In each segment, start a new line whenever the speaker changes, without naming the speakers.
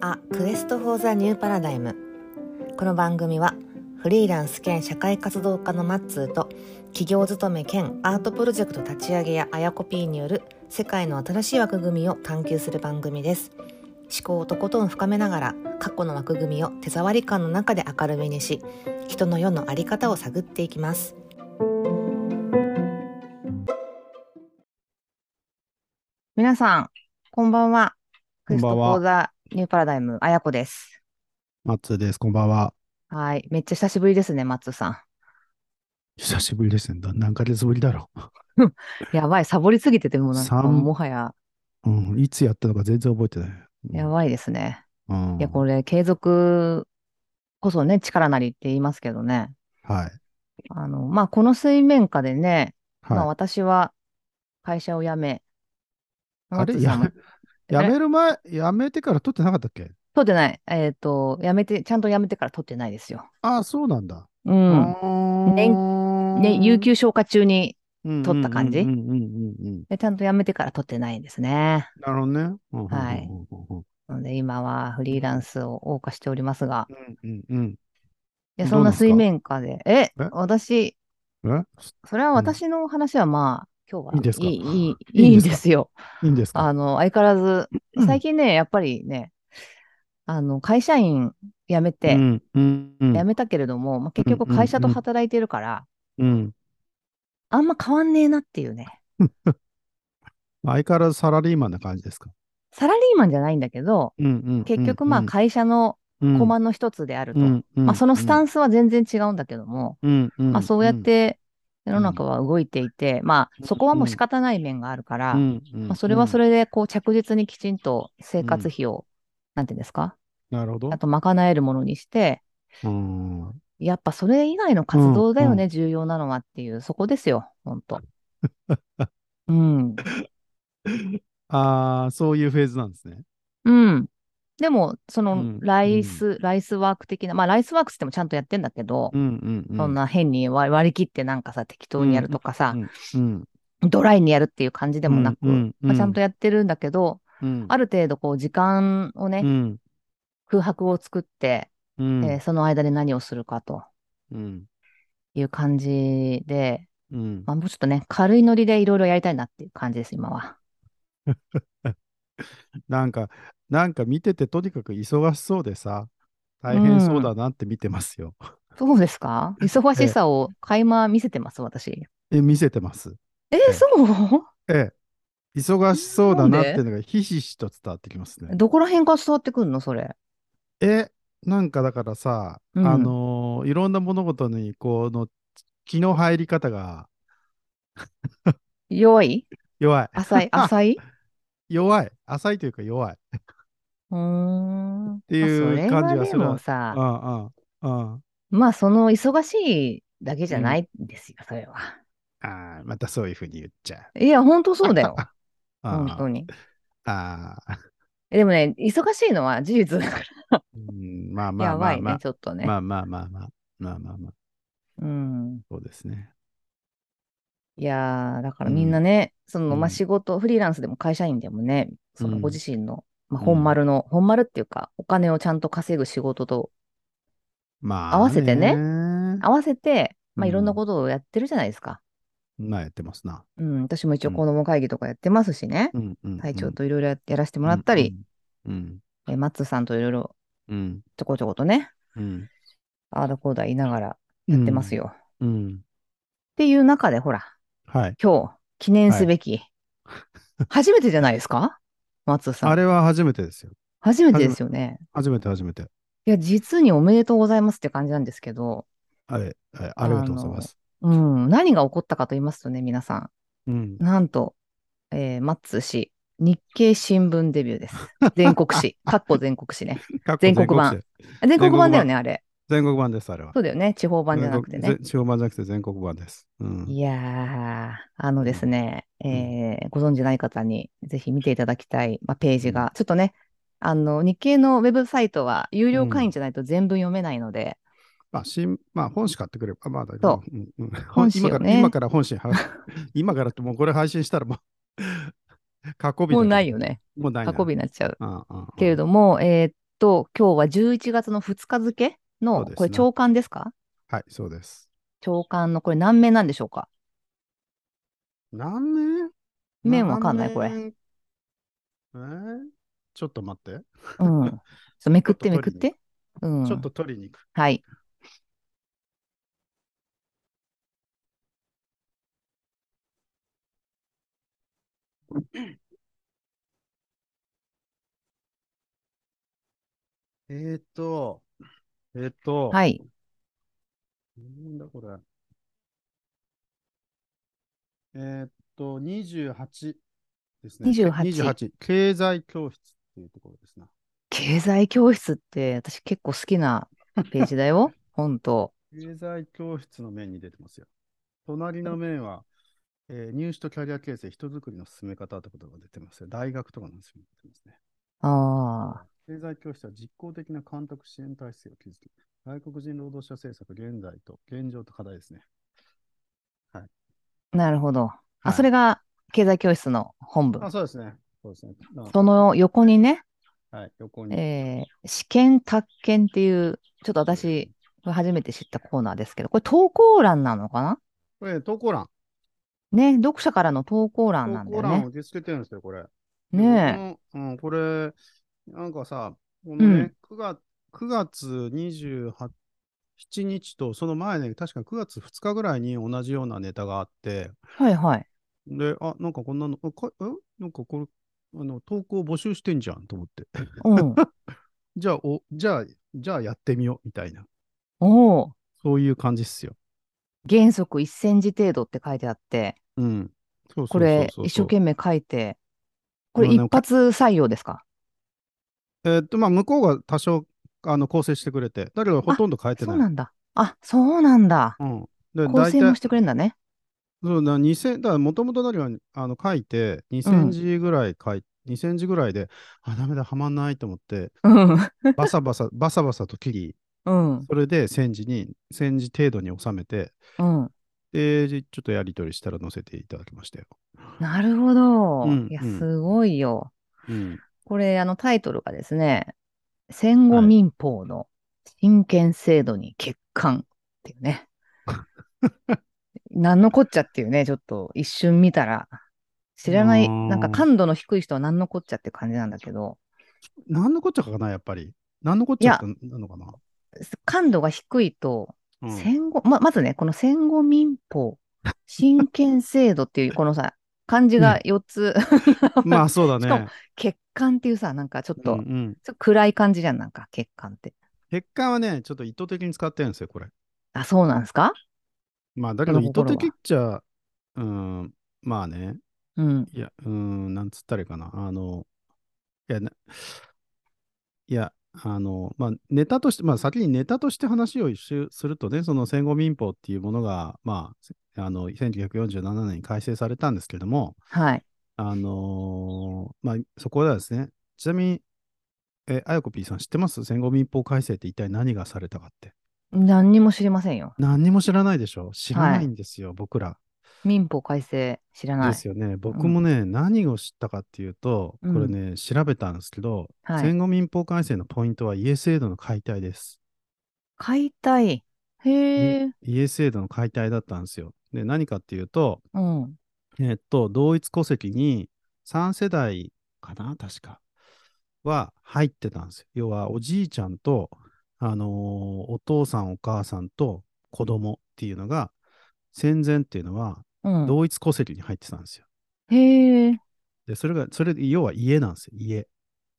あクエスト・フォー・ザ・ニュー・パラダイムこの番組はフリーランス兼社会活動家のマッツーと企業勤め兼アートプロジェクト立ち上げやあやこ P による世界の新しい枠組みを探求する番組です思考をとことん深めながら過去の枠組みを手触り感の中で明るめにし人の世のあり方を探っていきます皆さんこんばんはク
こ
エ
ん
ス
ば
ト・
ん
フ
は
ォー・ザ・ニュー・パラダイムあやこです
マッツーです。こんばんは。
はい。めっちゃ久しぶりですね、松さ
久しぶりですね。だ何ヶ月ぶりだろ
ん。やばい、サボりすぎてて、もうなんか、
さん
もはや、
う。うん。いつやったのか全然覚えてない。うん
やばいですね。
うん、
いや、これ、継続こそね、力なりって言いますけどね。
はい。
あの、まあ、この水面下でね、まあ、
は
私は会社を辞め、
い。
松さん も、
やめやめる前、やめてから撮ってなかったっけ
取ってない。えっ、と、辞めて、ちゃんと辞めてから取ってないですよ。
ああ、そうなんだ。
う。
うんーん
ね、有給消化中に、取った感じ
うんうんうんうんうんうん
でちゃんと辞めてから取ってないんですね。
なるほどね。うん
はい
うんうん
なので、今はフリーランスを謳歌しておりますが、
うんうん
いや、
ど
そん
う
な
な
ん
すか
水面下で。え、
え
私、
うん。え
それは私の話はまあ、今日はい
いですか
いい、いい、
い
い
い
い
ん
ん
ですか
ですよ。
いいんですか
あの、相変わらず
う、ん
最近ね、やっぱりね、あの、会社員辞め
う
て、
んうんうん
辞めたけれども、まあ、結
うんうん
局
うん
会社と働いてるから、
うん。
あんま変わんねえなっていうね。
相変わらずサラリーマンな感じですか
サラリーマンじゃないんだけど、
うんうんうん
結局まあ会社の
うん
コマの一つであると。
うんうん
まあそのスタ
ン
ンスは全然違うんだけども、まあそうやっ、て世の中は動いていて、まあそこはもう仕方ない面があるから、まあ、それはそ
れ。
れで、こう、着実にきちんと生活費を、なんていうんですか
なるほど
あ。と、賄えるものにして、
うん
やっぱそれ以外の活動だよね、
う
重要なのはっていう、そこですよ、ほんと。うん。
ああ、そういうフェーズなんですね。
うん。でも、そうの
ん、
ライス、ライスワーク的な、まあ、ライスワークスってもちゃんとやってんだけど、
ん
そん、な変に割割り切ってなんかさ、適当にやるとかさ、
うん、
ドライにやるっていう感じでもなく、
うん
まあ、ちゃんとやってるんだけど、
うん、
ある程度、こう、時間をね、
うん、
空白を作って、
うん、
えーその間で何をするかと
うん、
いう感じで、
うん。
まあ、もうちょっとね、軽いノリでいろいろやりたいなっていう感じです、今は。
なんか、なんか見ててとにかく忙しそうでさ、大変そうだなって見てますよ。
そうですか忙しさを垣間見せてます、私。
え、見せてます。
え
え
ー、そう
ええ、忙しそうだなっていうのがひしひしと伝わってきますね。
どこら辺から伝わってくるの、それ。
え、なんかだからさ、
うん
あのーいろんな物事に、この、気の入り方が
弱い
弱い。
浅い浅い
弱い。浅いというか弱い。
うーん。って
いう感じがす
そ
る
れはでもさ、
ああ、あ
まあ、その忙しいだけじゃないんですよ、それは。
あ、ああ、またそういうふうに言っちゃ
いや、本当そう だよ。
う。あ
本当に。
あ、ああ、
えでもね、忙しいのは事実だから。
うん、まあまあ
や
ま
ば
あ
いね、
まあ、
ちょっとね。
まあまあまあまあ、まあまあまあ、
うん。
そうですね。
いやー、だから
うん
みんなね、その、まあ、
うん
仕事、フリーランスでも会社員でもね、その
うん
ご自身の、まあ、
うん
本丸の、本丸っていうか、お金をちゃんと稼ぐ仕事と
まあ、
合わせてね
ま
合わせて、まあ、
うん
いろんなことをやってるじゃないですか。
あやってますな。
うん、私も一応
うん
子供会議とかやってますしね、
うんうん、
隊長
うん
といろいろややらせてもらったり、、
うん、
えマッツーさんといろいろ
うん、
ちょこちょことね、
うん、
ああだこうだ言いながら
や
やってます。よ。っ
うん、
ていう中で、ほら、
はい。
今日、記念すべき、初めてじゃないですかマッツーさ
あ
ん。
れは初めてですよ。
初めてですよね。
初めて初めて。
いや、実におめでとうございますって感じなんですけど、
はい、はい、ありがとうございます。
うん、何が起こったかと言いますとね、皆さ
うん
ん、。なんと、えーマッツー氏、日経新聞デビュー です。全国紙、かっこ全国紙ね。
かっこ
全国版
全
あ全国
全国
版
版
だよね、あれ。
全国版です、あれは
そ。うだよね、地方版じゃなくてね
全。国。地方版じゃなくて全国版です。うん。
いやー、あのですね、えーご存知ない方にぜひ見ていただきたい、まあ、ページが、ちょっとね、あの、日経のウェブサイトは有料会員じゃないと全文読めないので、
まあ、新、まあ、本誌買ってくれば、まあ、だけ
そ
ど、うんうん
本誌を
今から、
ね
今から本誌、は今からってもうこれ配信したらも 過去日だけど
もうないよ。ね。
もうないな
過去日になっちゃう。
うんうんうん
けれども、えーっと、今日は11月の2日付
そう
の、
ですね
これ、朝刊ですか
はい、そうです。
朝刊の、これ、何面なんでしょうか
何年
面わかんないこれ。
何面えーちょっと待って、
うん。ちょっとめくって
ちょ
め
っ
く
と
っ
取りに
て。うん。
ちょっと取りに行く。
はい。
えーっと、えーっと、
はい。
なんだこれ。えーっと、28ですね。
28
28経済教室っていうところですな。
経済教室って、私結構好きなページだ よ。本当。
経済教室の面に出てますよ。隣の面は、えー入試とキャリア形成、人づくりの進め方ってことが出てますよ。大学とかの話も出てますね。
ああ。
経済教室は実効的な監督支援体制を築き、外国人労働者政策、現在と、現状と課題ですね。
なるほど。
は
あ、
い
それが経済教室の本部
あ、。そうですね。そうですね。まあ
その横にね、
はい、横に。
えー試験、宅建っていう、ちょっと私、これ初めて知ったコーナーですけど、これ投稿欄なのかな
これ、投稿欄。
ね、読者からの投稿欄なん
投
だ
稿
よ
欄
ね
を。受け付けてるんですよ、これ。
ね
え。このうん、これ、なんかさ、このね、9月、9月28日と、その前ね、確か9月2日ぐらいに同じようなネタがあって、
え。はいはい。
で、あ、なんかこんなの、あかえなんかこれ、あの、投稿募集してんじゃんと思って。
うん。
じゃあ、お、じゃあ、じゃあやってみよう、みたいな。
おお。
そういう感じっすよ。
原則1センチ程度って書いてあって、
うん。そうそ
こ
うそう
れ
そう
一生懸命書いて、こ
これ
れ
ね
一発採用ですか
えーっと、まあ、向こうが多少、あの、構成してくれて、だけどほとんど変えて
そ
な
う
い。
なんだ。あ、そうなんだ。
うん。で、
構
大
成
体
もし、てくれるんだね。
そうだ、2000、だからもともと何は、あの、書いて、
う
2000
ん
字ぐらい書い、2000字ぐらいで、あ、ダメだ、はまんないと思って、
うん。
バサ バサ、バサバサと切り、
うん。
それで1000字に、1000字程度に収めて、
うん。
で、ちょっとやり取りしたら載せていただきましたよ。
なるほど。
うん
いや、
うん
すごいよ。
うん。
これ、あの、タイトルがですね、戦後民法の親権制度に欠陥っていうね。 何のこっちゃっていうね、ちょっと一瞬見たら、知らな
う
い、
ーん
なんか感度の低い人は何のこっちゃって感じなんだけど、
何のこっちゃかな、やっぱり。何のこっちゃかなのかな。
感度が低いと、
うん
戦後、ま、まずね、この戦後民法、親権制度 っていう、このさ、漢字が4つ、
まあ、そうだ
しかも
ね。
欠陥っていうさ、なんかちょっ
うん
と、
うん。
ちょっと暗い感じじゃん、なんか欠陥って。
血管はね、ちょっと意図的に使ってるんですよ、これ。
あ、そうなんですか
まあ、だけど
その
意図
心は
的っちゃ、うん、まあね、
うん。
いや、うん、なんつったらいいかな、あの、いや、ないや、あの、まあ、ネタとして、まあ、先にネタとして話を一周するとね、その戦後民法っていうものが、まあ、あの、1947年に改正されたんですけども、
はい。
あのーまあ、そこではですね、ちなみに、え、あやこ P さん知ってます戦後民法改正って一体何がされたかって。
何にも知りませんよ。
何にも知らないでしょ知ら
はい
ないんですよ、僕ら。
民法改正知らない
で。すよね。僕もね、何を知ったかっていうと、これね、調べたんですけど、
はい
戦後民法改正のポイントは家制度の解体です。
解体。へえ。
家制度の解体だったんですよ。で、何かっていうと、
うん。
えっと、同一戸籍に3世代かな確か。は入ってたんですよ。要は、おじいちゃんと、あのーお父さん、お母さんと子供っていうのが、戦前っていうのは、
うん。
同一戸籍に入ってたんですよ。
へえ。
で、それが、それ、要は家なんですよ、家。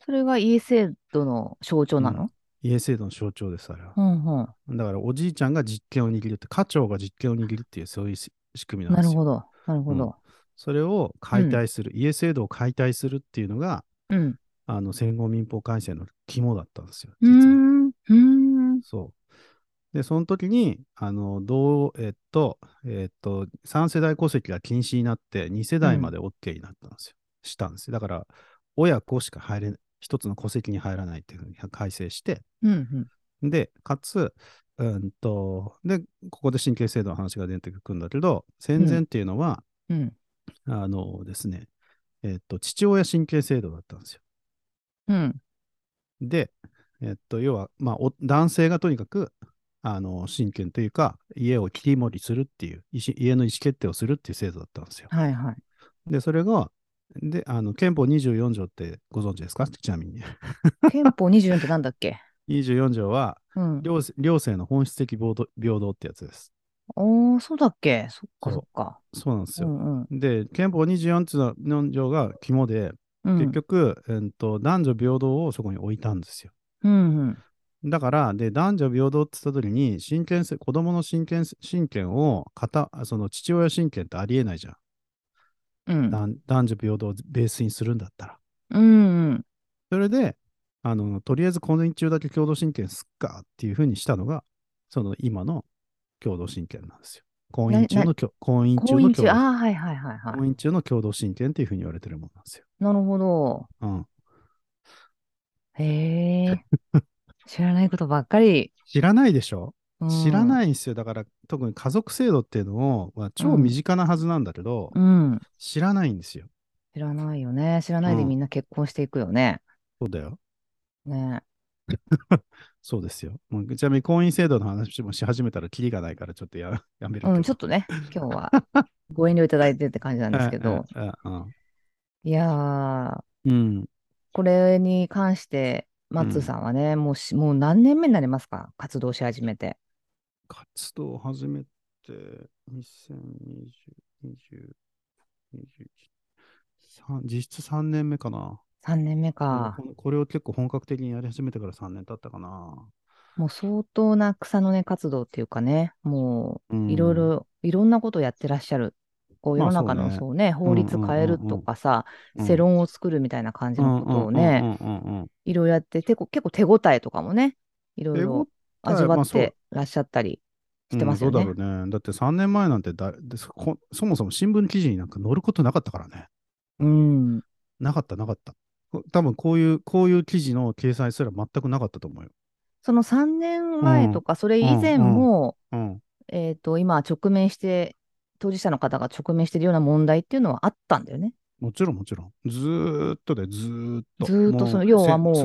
それが家制度の象徴なの
家制度の象徴です、あれは
う。んうん。
だから、おじいちゃんが実権を握るって、家長が実権を握るっていう、そういうし仕組みなん
な
で
る
す
ほ
よ。
ど。なるほど。
それを解体する、家制度を解体するっていうのが、
うん。
あの戦後民法改正の肝だったんですよ。
うー
実は。
ん。うーん。
そう。で、その時に、あの、どう、えっと、えっと、3世代戸籍が禁止になって、2世代まで OK になったんですよ。したんですよ。だから、親子しか入れない、一つの戸籍に入らないっていうふうに改正して、
うんうん。
で、かつ、うんと、で、ここで神経制度の話が出てくるんだけど、戦前っていうのは、
うん。
あのですね、えっと、父親神経制度だったんですよ。
うん。
で、えっと、要は、まあ、お男性がとにかく、あの、親権というか、家を切り盛りするっていう、意思家の意思決定をするっていう制度だったんですよ。
はいはい。
で、それが、で、あの、憲法24条ってご存知ですかちなみに。
憲法24ってなんだっけ
24条は、
うん。
両両性の本質的平等平等ってやつです。
おー、そうだっけそっかそっか。
そうなんです
う
よ。
んうん。
で、憲法24っていうのは条が肝で、
うん
結局、えーっと、男女平等をそこに置いたんですよ。
うんうん。
だから、で、男女平等って言った時に、親権制、子供の親権制、親権を、かた、その父親親権ってありえないじゃん。
うん。
男男女平等をベースにするんだったら。
うんうん。
それで、あの、とりあえずこの日中だけ共同親権すっかっていうふうにしたのが、その今の共同親権なんですよ。婚姻中のきょ、婚姻中
婚
の
姻中、
共同、
ああ、はいはいはいは
婚姻中の共同親権っていうふうに言われてるものなんですよ。
い。なるほど。
うん。
へ え。知らないことばっかり。
知らないでしょ知ら
い。
ないんですよ。だから、特に家族制度っていうのを、まあ、超身近なはずなんだけど、
うん。
知らないんですよ。
知らないよね。知らないで
うん
みんな結婚していくよね。
そうだよ。
ね。
そうですよ。もうちなみに婚姻制度の話もし始めたらキリがないからちょっとや やめるけど。
うん、ちょっとね、今日はご遠慮いただいてって感じなんです けど。
うん。うん
いやー、
うん。
これに関して、マッツーさんはね、もうしもう何年目になりますか活動し始めて。
活動を始めて、2020、20、21、実質3年目かな。
3年目か
こ。のこれを結構本格的にやり始めてから3年経ったかな。
もう相当な草の根活動っていうかね、も
うん
ういろい。ろ、いろんなことをやってらっしゃる。こう世
まあ
の中の
そ
そうね、法律変える
うんうんうんう
と
ん
かさ、
うん
世論を作るみたいな感じのことをね、。
うんうんうんうんうん
いろいろやって、結構結構手応えとかもね、いろい
手応
ろ
え
味わ
ま
っ
あそう
てらっしゃったりしてますよ
うん
ね
ど。うだろうね。だって3年前なんてだでそこ、そもそも新聞記事になんか載ることなかったからね。
うん。
なかった、なかった。こ多分こういう、こういう記事の掲載すら全くなかったと思うよ。
その3年前とか、それ以前も、
うん。
えっと、今直面して、当事者の方が直面しているような問題っていうのはあったんだよね。
もちろん、もちろん。ずーっとで、ずーっと。
ずーっとその
もう
要はもう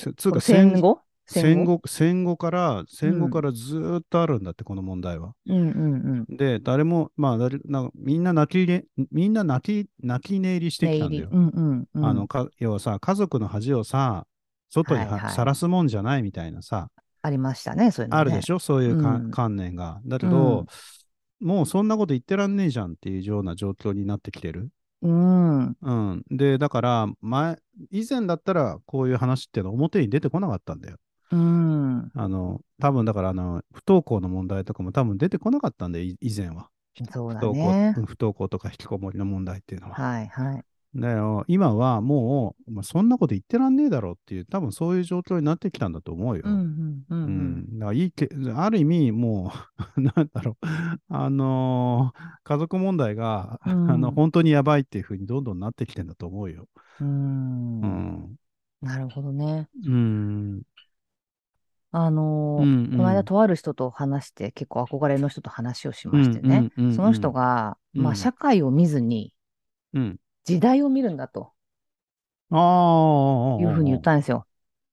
せつうかせつう
こ
か
う戦後
戦後戦後、戦後から、戦
う
後
ん
からずーっとあるんだって、この問題は。
うんうんうん。
で、誰も、まあ、誰なんかみんな泣き入れ、みんな泣き、泣き寝入りしてきたんだよ。
うんうんうん。
あの、か要はさ、家族の恥をさ、外に
はいはい
さらすもんじゃないみたいなさ、
ありましたね、そういうのね。
あるでしょ、そういうか
うん
観念が。だけど、もうそんなこと言ってらんねえじゃんっていうような状況になってきてる。
うん。
うん、で、だから前、以前だったらこういう話っていうのは表に出てこなかったんだよ。
うん。
あの多分だからあの不登校の問題とかも多分出てこなかったんで、い以前は。
そう
不
だ
登校
ね
う。ん不登校とか引きこもりの問題っていうのは。
はいはい。
だよ今はもう、まあ、そんなこと言ってらんねえだろうっていう、多分そういう状況になってきたんだと思うよ。
うんうんう
うんん、だからいいけ ある意味、もう、 なんだろう、あのー家族問題が、
うん
あの本当にやばいっていうふうにどんどんなってきてんだと思うよ。
うん。う
う
ん。
ん。
なるほどね。
うん。
あの
う
ー、
ん
この間、とある人と話して、結構憧れの人と話をしましてね。
うんうんうんうん
その人が、まあ、
うん
社会を見ずに、
うん。
時代を見るんだと
ああ。
いうふうに言ったんですよ。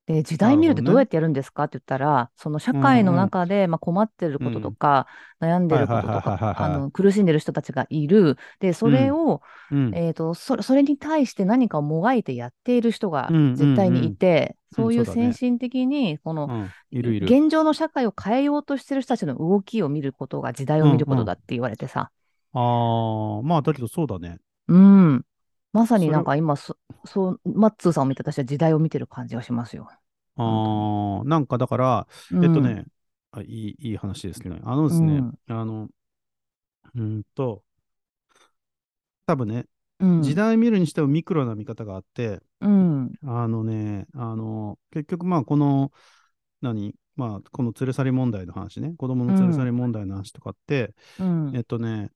で、時代見るって
なるほどね
どうやってやるんですかって言ったら、その社会の中で、まあ、困ってることとか、悩んでることと
はいはいはいはい
か、
は
あ
いはい
の、苦しんでる人たちがいる。で、それを、
うん。
えっと、そそれに対して何かをもがいてやっている人が
うんうんうん
絶対にいて、
うん
そういう
そうだね
先進的に、この、
うんいるいる。
現状の社会を変えようとしてる人たちの動きを見ることが時代を見ることだって言われてさ。
ああ、まあ、だけどそうだね。
うん。まさに
それ
なんか今そ、そう、マッツーさんを見て私は時代を見てる感じがしますよ。
ああ、なんかだから、
うん
えっと。ね、あいい、いい話ですけどね。あのです
う
ね、
ん
あの、うーんと、多分ね、
うん、
時代見るにしてもミクロな見方があって、
うん。
あのね、あの、結局まあこの、何、まあこの連れ去り問題の話ね、子供の連れ去り問題の話とかって、
うん。
えっとね、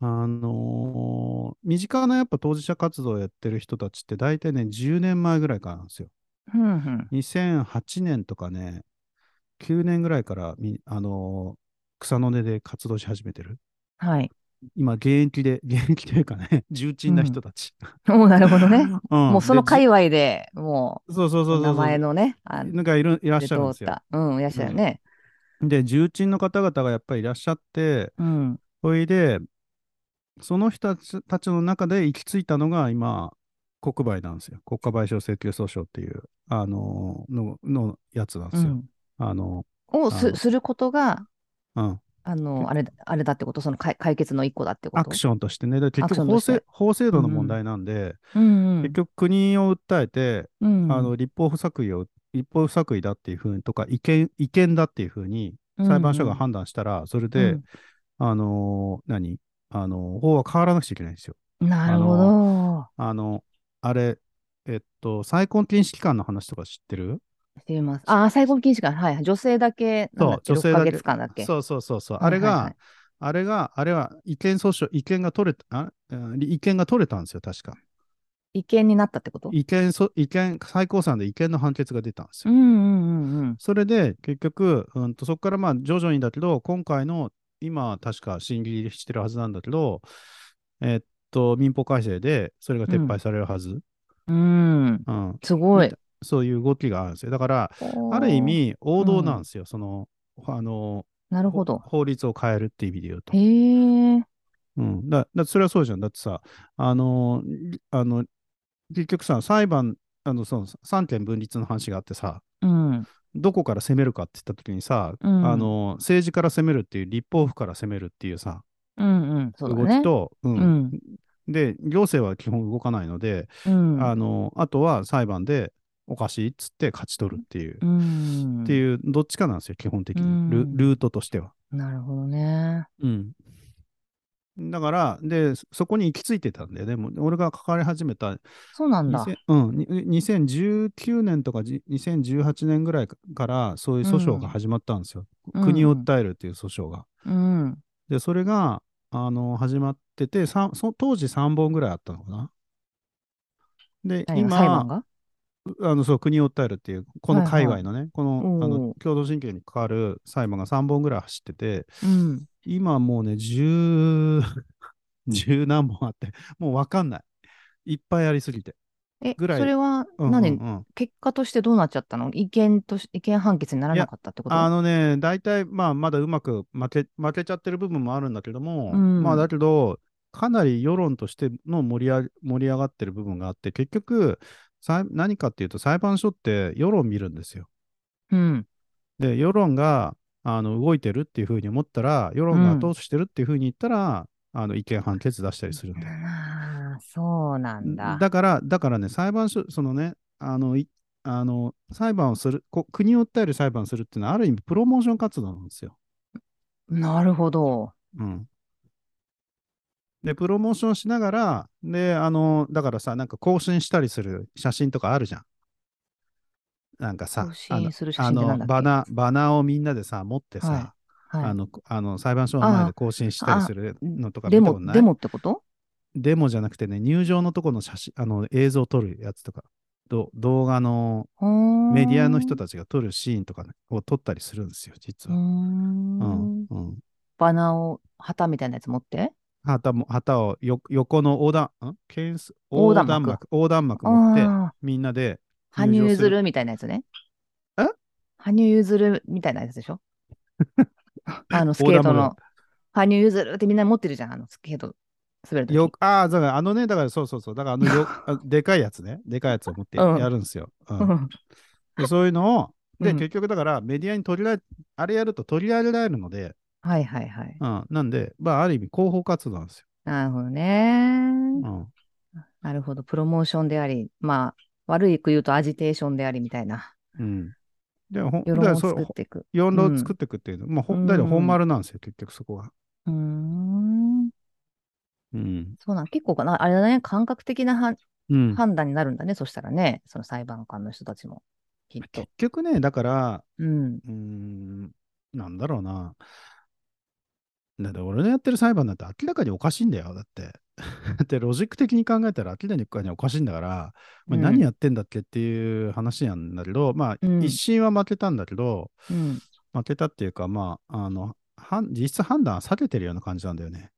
あのー身近なやっぱ当事者活動をやってる人たちって大体ね、10年前ぐらいからなんですよ。
うんうん
2008年とかね、9年ぐらいからみ、あのー草の根で活動し始めてる。
はい。
今、現役で、 現役というかね、重鎮な人たち。
おーなるほど ね。
うん
もうその
で
界隈でも
じそうそうそう
う、
そう。
名前のね、あ
なんかいるいらっ
で
し
通
ゃるん
っ
ですよ。
た。うん、いらっしゃるね。
で、重鎮の方々がやっぱりいらっしゃって、
うん。
それで、その人たちたちの中で行き着いたのが今、国賠なんですよ。国家賠償請求訴訟っていう、あのの、のやつなんで
う
すよ。
ん、
あの、
を
あ
す
の
することが、
うん、
あの、あれだあれだってこと、その解解決の一個だってこと。
アクションとしてね、だから
アクシ
結
ョンと
局法
して
制法制度の問題なんで、
うんうん
結局国を訴えて、
うん
あの立法不作為を、立法不作為だっていうふうにとか、違憲違憲だっていうふうに裁判所が判断したら、それで、あのー何あのー法は変わらなくちゃいけないんですよ。
うんなるほど。
あの、あれ、えっと、再婚禁止期間の話とか知ってる
知ります。ああ、再婚禁止か。はい。女性だけ、なんだっけ
そう女性だけ
6ヶ月間だっけ。
そうそうそうそう。
は
あ
いは
れ
い
が、
はい
あれが、あれは違憲訴訟、違憲が取れた、あうん違憲が取れたんですよ、確か。
違憲になったってこと
違憲そ、違憲、最高裁で違憲の判決が出たんです
うん
よ。
うんうんうん。
それで、結局、うんと、そこからまあ徐々にだけど、今回の、今、確か審議してるはずなんだけど、えっと、民法改正で、それが撤廃されるはず。
うん。
うん、
すごい。
そういう動きがあるんですよ。だから、ある意味、王道なんですよ。その、あの、
おー。なるほど。
法律を変えるっていう意味で言うと
へ。え。
うん、だだってそれはそうじゃん。だってさ、あのーあの結局さ、裁判、あのその三権分立の話があってさ、
うん。
どこから攻めるかって言ったときにさ、
うん
あのー政治から攻めるっていう、立法府から攻めるっていうさ、
うんうん。そうだ
動
ね
き。と、うん
うん。
で、行政は基本動かないので、
うん。
あのーあとは裁判でおかしいっつって勝ち取るっていう、
うん。
っていう、どっちかなんですよ、基本的に、
う
ル
ん
ルートとしては。
なるほどね。
うん。だから、で、そそこに行き着いてたんだよね。もう俺が関わり始めた、
そうなんだ。
2000うん、に2019年とかじ2018年ぐらいから、そういう訴訟が始まったんですよ。国を訴えるっていう訴訟が。
うん。
で、それが、あの、始まってて、さんそ当時3本ぐらいあったのかな。で、
何が裁判
今、
が
あのそう国を訴えるっていう、この
はい
海
はい
外のね、このあ
お
の
ー
共同親権に関わる裁判が3本ぐらい走ってて、
うん。
今もうね、十、十何本あって、もうわかんない。いっぱいありすぎて。
え、
ぐらい
それは、
うん
何、
うんうん
結果としてどうなっちゃったの違憲とし、違憲判決にならなかったってこと
あのね、大体、まあ、まだうまく負け、負けちゃってる部分もあるんだけども、
うん
まあ、だけど、かなり世論としての盛り上げ盛り上がってる部分があって、結局、裁何かっていうと、裁判所って世論見るんですよ。
うん。
で、世論があの動いてるっていうふうに思ったら、世論が
うん
後押ししてるっていうふうに言ったら、あの意見判決出したりするんだよ。
ああ、そうなんだ。
から、だからね、裁判所、そのね、あの、いあの裁判をするこ、国を訴える裁判をするっていうのは、ある意味、プロモーション活動なんですよ。
なるほど。
うん。で、プロモーションしながら、で、あの、だからさ、なんか更新したりする写真とかあるじゃん。なんかさ
更、
あの
新する写
あ
真ってなんだ
の
っけ
バナー、バナーをみんなでさ、持ってさ、
はいはい、
あの、あの裁判所の前で更新したりするのとか
デ
見た
モ
ことない
デモってこと
デモじゃなくてね、入場のとこの写真、あの映像を撮るやつとか、ど動画の
メ
メディアの人たちが撮るシーンとか、ね、を撮ったりするんですよ、実は。うん。うん。
バナーを旗みたいなやつ持って
旗も、旗をよ横の横断、ん剣す
横断幕
幕、横断幕持って、
ああ
みんなで、
羽生
入場す
結
る
弦みたいなやつね。
え
羽生結弦みたいなやつで しょあのスケート
横断
の。羽生結弦ってみんな持ってるじゃん、あのスケート滑るとき。
よああ、だからあのね、だからそうそうそう、だからあの よあでかいやつね、でかいやつを持って
うん
やるんですよ。うん
うん
でそういうのを、
う
で、
ん
結局だからメディアに取り上げ、あれやると取り上げられるので、
はいはいはい。
うん、なんで、まあ、ある意味広報活動なんですよ。
なるほどね。
うん
なるほど。プロモーションであり、まあ、悪いく言うとアジテーションでありみたいな。
うん。で、ほん
世
だか
論
ら
を
そう
作っていく。
四
う
郎
ん
作っていくっていうの、まあ、ほ
うん
だいたい本丸なんですよ、結局そこは。
うーん。
うん。
そうなん、結構かな。あれだね、感覚的なは、
うん、
判断になるんだね。そしたらね、その裁判官の人たちも、きっと
結。局ね、だから、
うん。
うーん、なんだろうな。だって俺のやってる裁判なんて明らかにおかしいんだよ、だって。 だってロジック的に考えたら明らかにおかしいんだから、ま
う
あ、
ん
何やってんだっけっていう話なんだけど、まあ、
うん
一審は負けたんだけど、
うん。
負けたっていうか、まあ、あの、判実質判断は避けてるような感じなんだよね。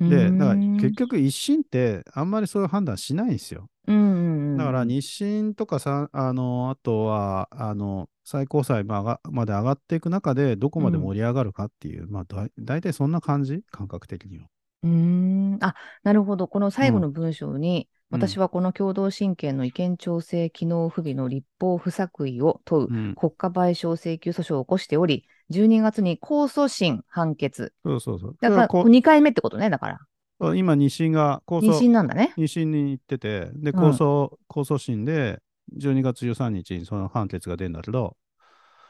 で、だから
うーん
結局一審ってあんまりそういう判断しないんですよ。
うんうん
だから日清とかさ、あの、あとは、あの、最高裁まあがまで上がっていく中で、どこまで盛り上がるかっていう、まあだい、大体そんな感じ感覚的には。
うーんあなるほど。この最後の文章に、
うん
私はこの共同親権の意見調整機能不備の立法不作為を問う
うん。
国家賠償請求訴訟を起こしており、12月に控訴審判決。
そうそうそう。
だから、
こ
こう2回目ってことね、だから。
う今、日清が控
妊
訴、
娠なんだね。
日清に行ってて、で、
うん
控訴、控訴審で、12月13日にその判決が出るんだけど、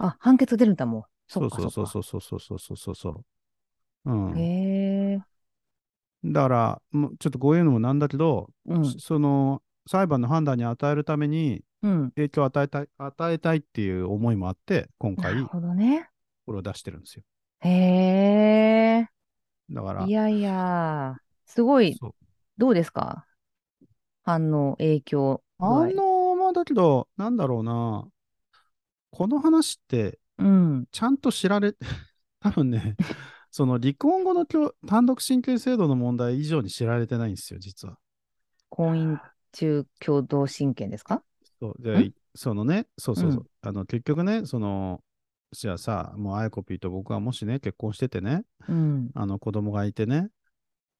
あ、判決出るんだもん。そ
そ
っ
う
か
そうそ
そ
うそううそうそうそうそうそうそう。うん。
へえ。
だから、もうちょっとこういうのもなんだけど、
うん。
その裁判の判断に与えるために
うん。
影響を与えたい、与えたいっていう思いもあって、今
な
回、
るほどね。
これを出してるんですよ。
へえ。
だから、
いやいや、すごい、
そう
どうですか反応、影響具合。
反応もだけど、なんだろうな、この話って、
うん。
ちゃんと知られ、 多 分ね、その離婚後の共単独親権制度の問題以上に知られてないんですよ、実は。
婚姻中共同親権ですか
そうで
ん
いそのね、そうそうそう、
う
あの結局ね、その、じゃあさ、もうあやこぴーと僕がもしね、結婚しててね、
うん。
あの子供がいてね、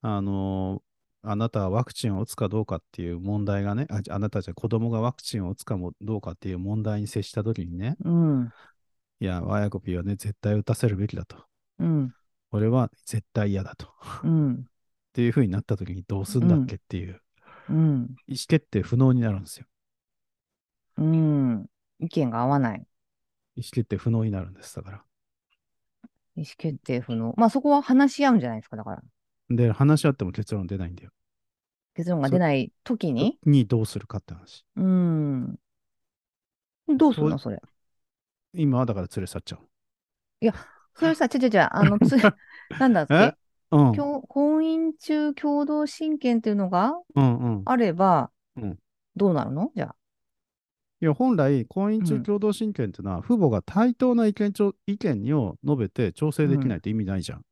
あのあなたはワクチンを打つかどうかっていう問題がね、あじゃあなたじゃ子供がワクチンを打つかもどうかっていう問題に接したときにね、
うん。
いや、あやこぴーはね、絶対打たせるべきだと。
うん。
俺は絶対嫌だと。っ
うん。
ていうふうになったときにどうすんだっけっていう、
うん。
意思決定不能になるんですよ。
うん。意見が合わない。
意思決定不能になるんです、だから。
意思決定不能。まあそこは話し合うんじゃないですか、だから。
で、話し合っても結論出ないんだよ。
結論が出ない時に。
にどうするかって話。
うん。どうするの、それ。
今はだから連れ去っちゃ
それさ、ちゃちゃちゃ、あの、 つ、なんだっけ
う。うん。
共婚姻中共同親権っていうのが
うんうん。
あれば
うん、
どうなるのじゃあ。
いや本来、婚姻
う
中
ん
共同親権っていうのは、父母が対等な意見ちょ意見を述べて調整できないと意味ないじゃん。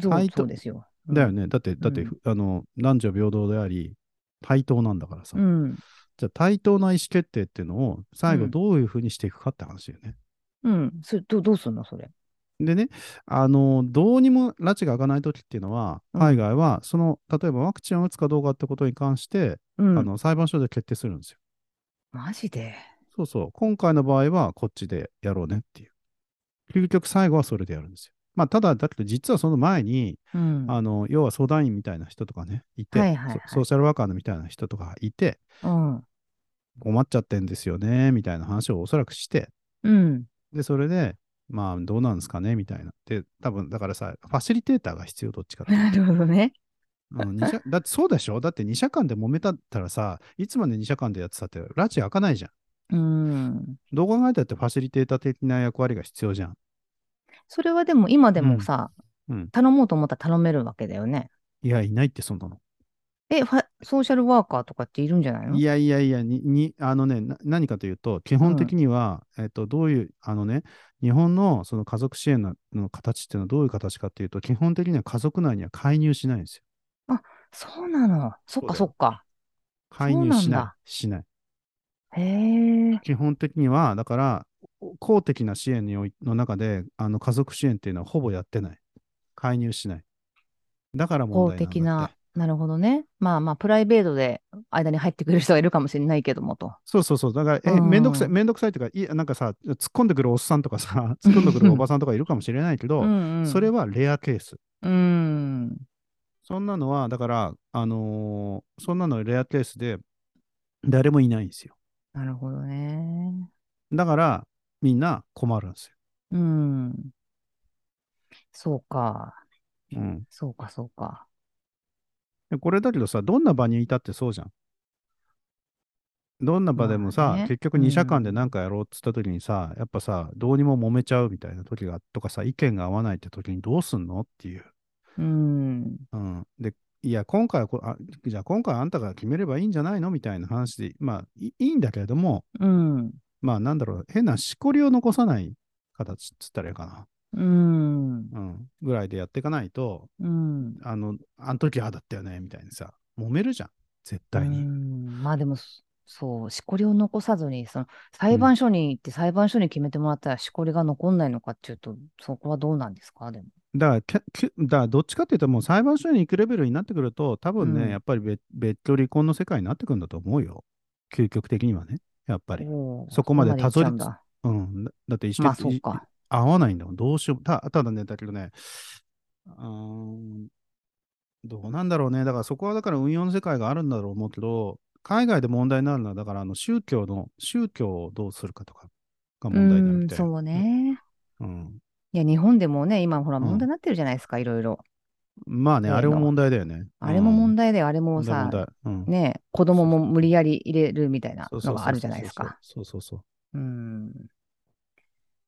そう
対等
そうですよ。
だよね。だって、だって、
うん
あの男女平等であり、対等なんだからさ。
うん。
じゃあ、対等な意思決定っていうのを、最
う
後
ん
どういうふうにしていくかって話だよね。
うん。それ、どうどうするの、それ。
でね、あの、どうにも拉致が開かないときっていうのは、
うん
海外は、その、例えばワクチンを打つかどうかってことに関して、
う
あ
ん。
の裁判所で決定するんですよ。
マジで。
そうそう。今回の場合は、こっちでやろうねっていう。究極最後はそれでやるんですよ。まあ、ただ、だけど実はその前に、
うん。
あの、要は相談員みたいな人とかね、いて、
はいはいはい
ソソーシャルワーカーのみたいな人とかがいて、
うん。
困っちゃってんですよね、みたいな話をおそらくして、
うん。
で、それで、まあ、どうなんですかね、みたいな。で、多分、だからさ、ファシリテーターが必要、どっちかって いうと
なるほどね。
あの二者だってそうでしょだって2社間で揉めたったらさ、いつまで2社間でやってたって、拉致開かないじゃん。
うん。
どう考えたってファシリテーター的な役割が必要じゃん。
それはでも今で
うん
もさ、
うん
頼もうと思ったら頼めるわけだよね。
いや、いないって、そんなの。
え、ファソーシャルワーカーとかっているんじゃないの
いやいやいや、ににあのねな、何かというと、基本的には、えっと、どういう、あのね、日本のその家族支援のの形っていうのはどういう形かっていうと、基本的には家族内には介入しないんですよ。
そうなの。そっかそ
そうだよ
っか。
介入
そ
し
う
な。
ないんだ
しない。
へえ。
基本的には、だから、お公的な支援においの中で、あの家族支援っていうのはほぼやってない。介入しない。だから問
法
題なんだって
的な。なるほどね。まあまあ、プライベートで間に入ってくる人がいるかもしれないけどもと。
そうそうそう。だから、え、
うん
めんどくさい、めんどくさいとか、いなんかさ、突っ込んでくるおっさんとかさ、突っ込んでくるおばさんとかいるかもしれないけ
う
ど、
んうん、
それはレアケース。
うん。
そんなのは、だから、あのーそんなのレアケースで、誰もいないんですよ。
なるほどね。
だから、みんな困るんです
うん。そうか。
よ。うん
そうか、そうか。
で。これだけどさ、どんな場にいたってそうじゃん。どんな場でもさ、
まあね
結局2社間で何かやろうっつった時にさ、やっぱさ、どうにも揉めちゃうみたいな時が、とかさ、意見が合わないって時にどうすんのっていう。
うん。
うん、で、いや、今回はこあ、じゃあ今回はあんたが決めればいいんじゃないのみたいな話で、まあい、いいんだけれども、
うん。
まあ、なんだろう、変なしこりを残さない形っつったらいいかな。
うん。
うん、ぐらいでやっていかないと、
うん。
あの、あの時ああだったよね、みたいにさ、揉めるじゃん、絶対
う
に。
んまあでもそ、そう、しこりを残さずに、その裁判所に行って裁判所に決めてもらったらしこりが残んないのかっていうと、そこはどうなんですかでも。
だからけけ、だからどっちかっていうと、もう裁判所に行くレベルになってくると、多分ね、
うん
やっぱり別別居離婚の世界になってくるんだと思うよ。究極的にはね、やっぱり。
おー
そこまで
そこ行っちゃうん
たど
だ。
うん、だだって一緒に
まあそうか。
合わないんだもん。どうしよう。たただね、だけどね、うーん、どうなんだろうね。だからそこはだから運用の世界があるんだろう思うけど、海外で問題になるのは、だからあの宗教の、宗教をどうするかとかが問題にな
う
っ
ん、
て。
そうね。
うん。
いや、日本でもね、今ほら
うん
問題になってるじゃないですか、いろいろ。
まあね、
例の
あれも問題だよね。
あれも問
題
題で、あれも
問題
さ
問、題。うん。
ね、子供も無理やり入れるみたいな
そうそ
の
うそうそう
があるじゃないですか。。
そうそうそう。
うん。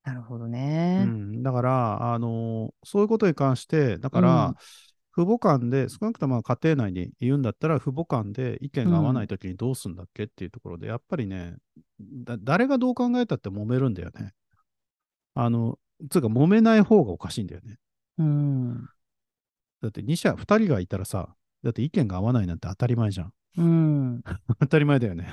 なるほど
う
ね。
ん、だから、あのーそういうことに関して、だから、
うん
父母間で、少なくとも家庭内に言うんだったら、父母間で意見が合わないときにどうすんだっけっていうところで、やっぱりねだ、誰がどう考えたって揉めるんだよね。あの、つうか、揉めない方がおかしいんだよね。
うん。
だって、2社、2人がいたらさ、だって意見が合わないなんて当たり前じゃん。
うん。
当たり前だよね。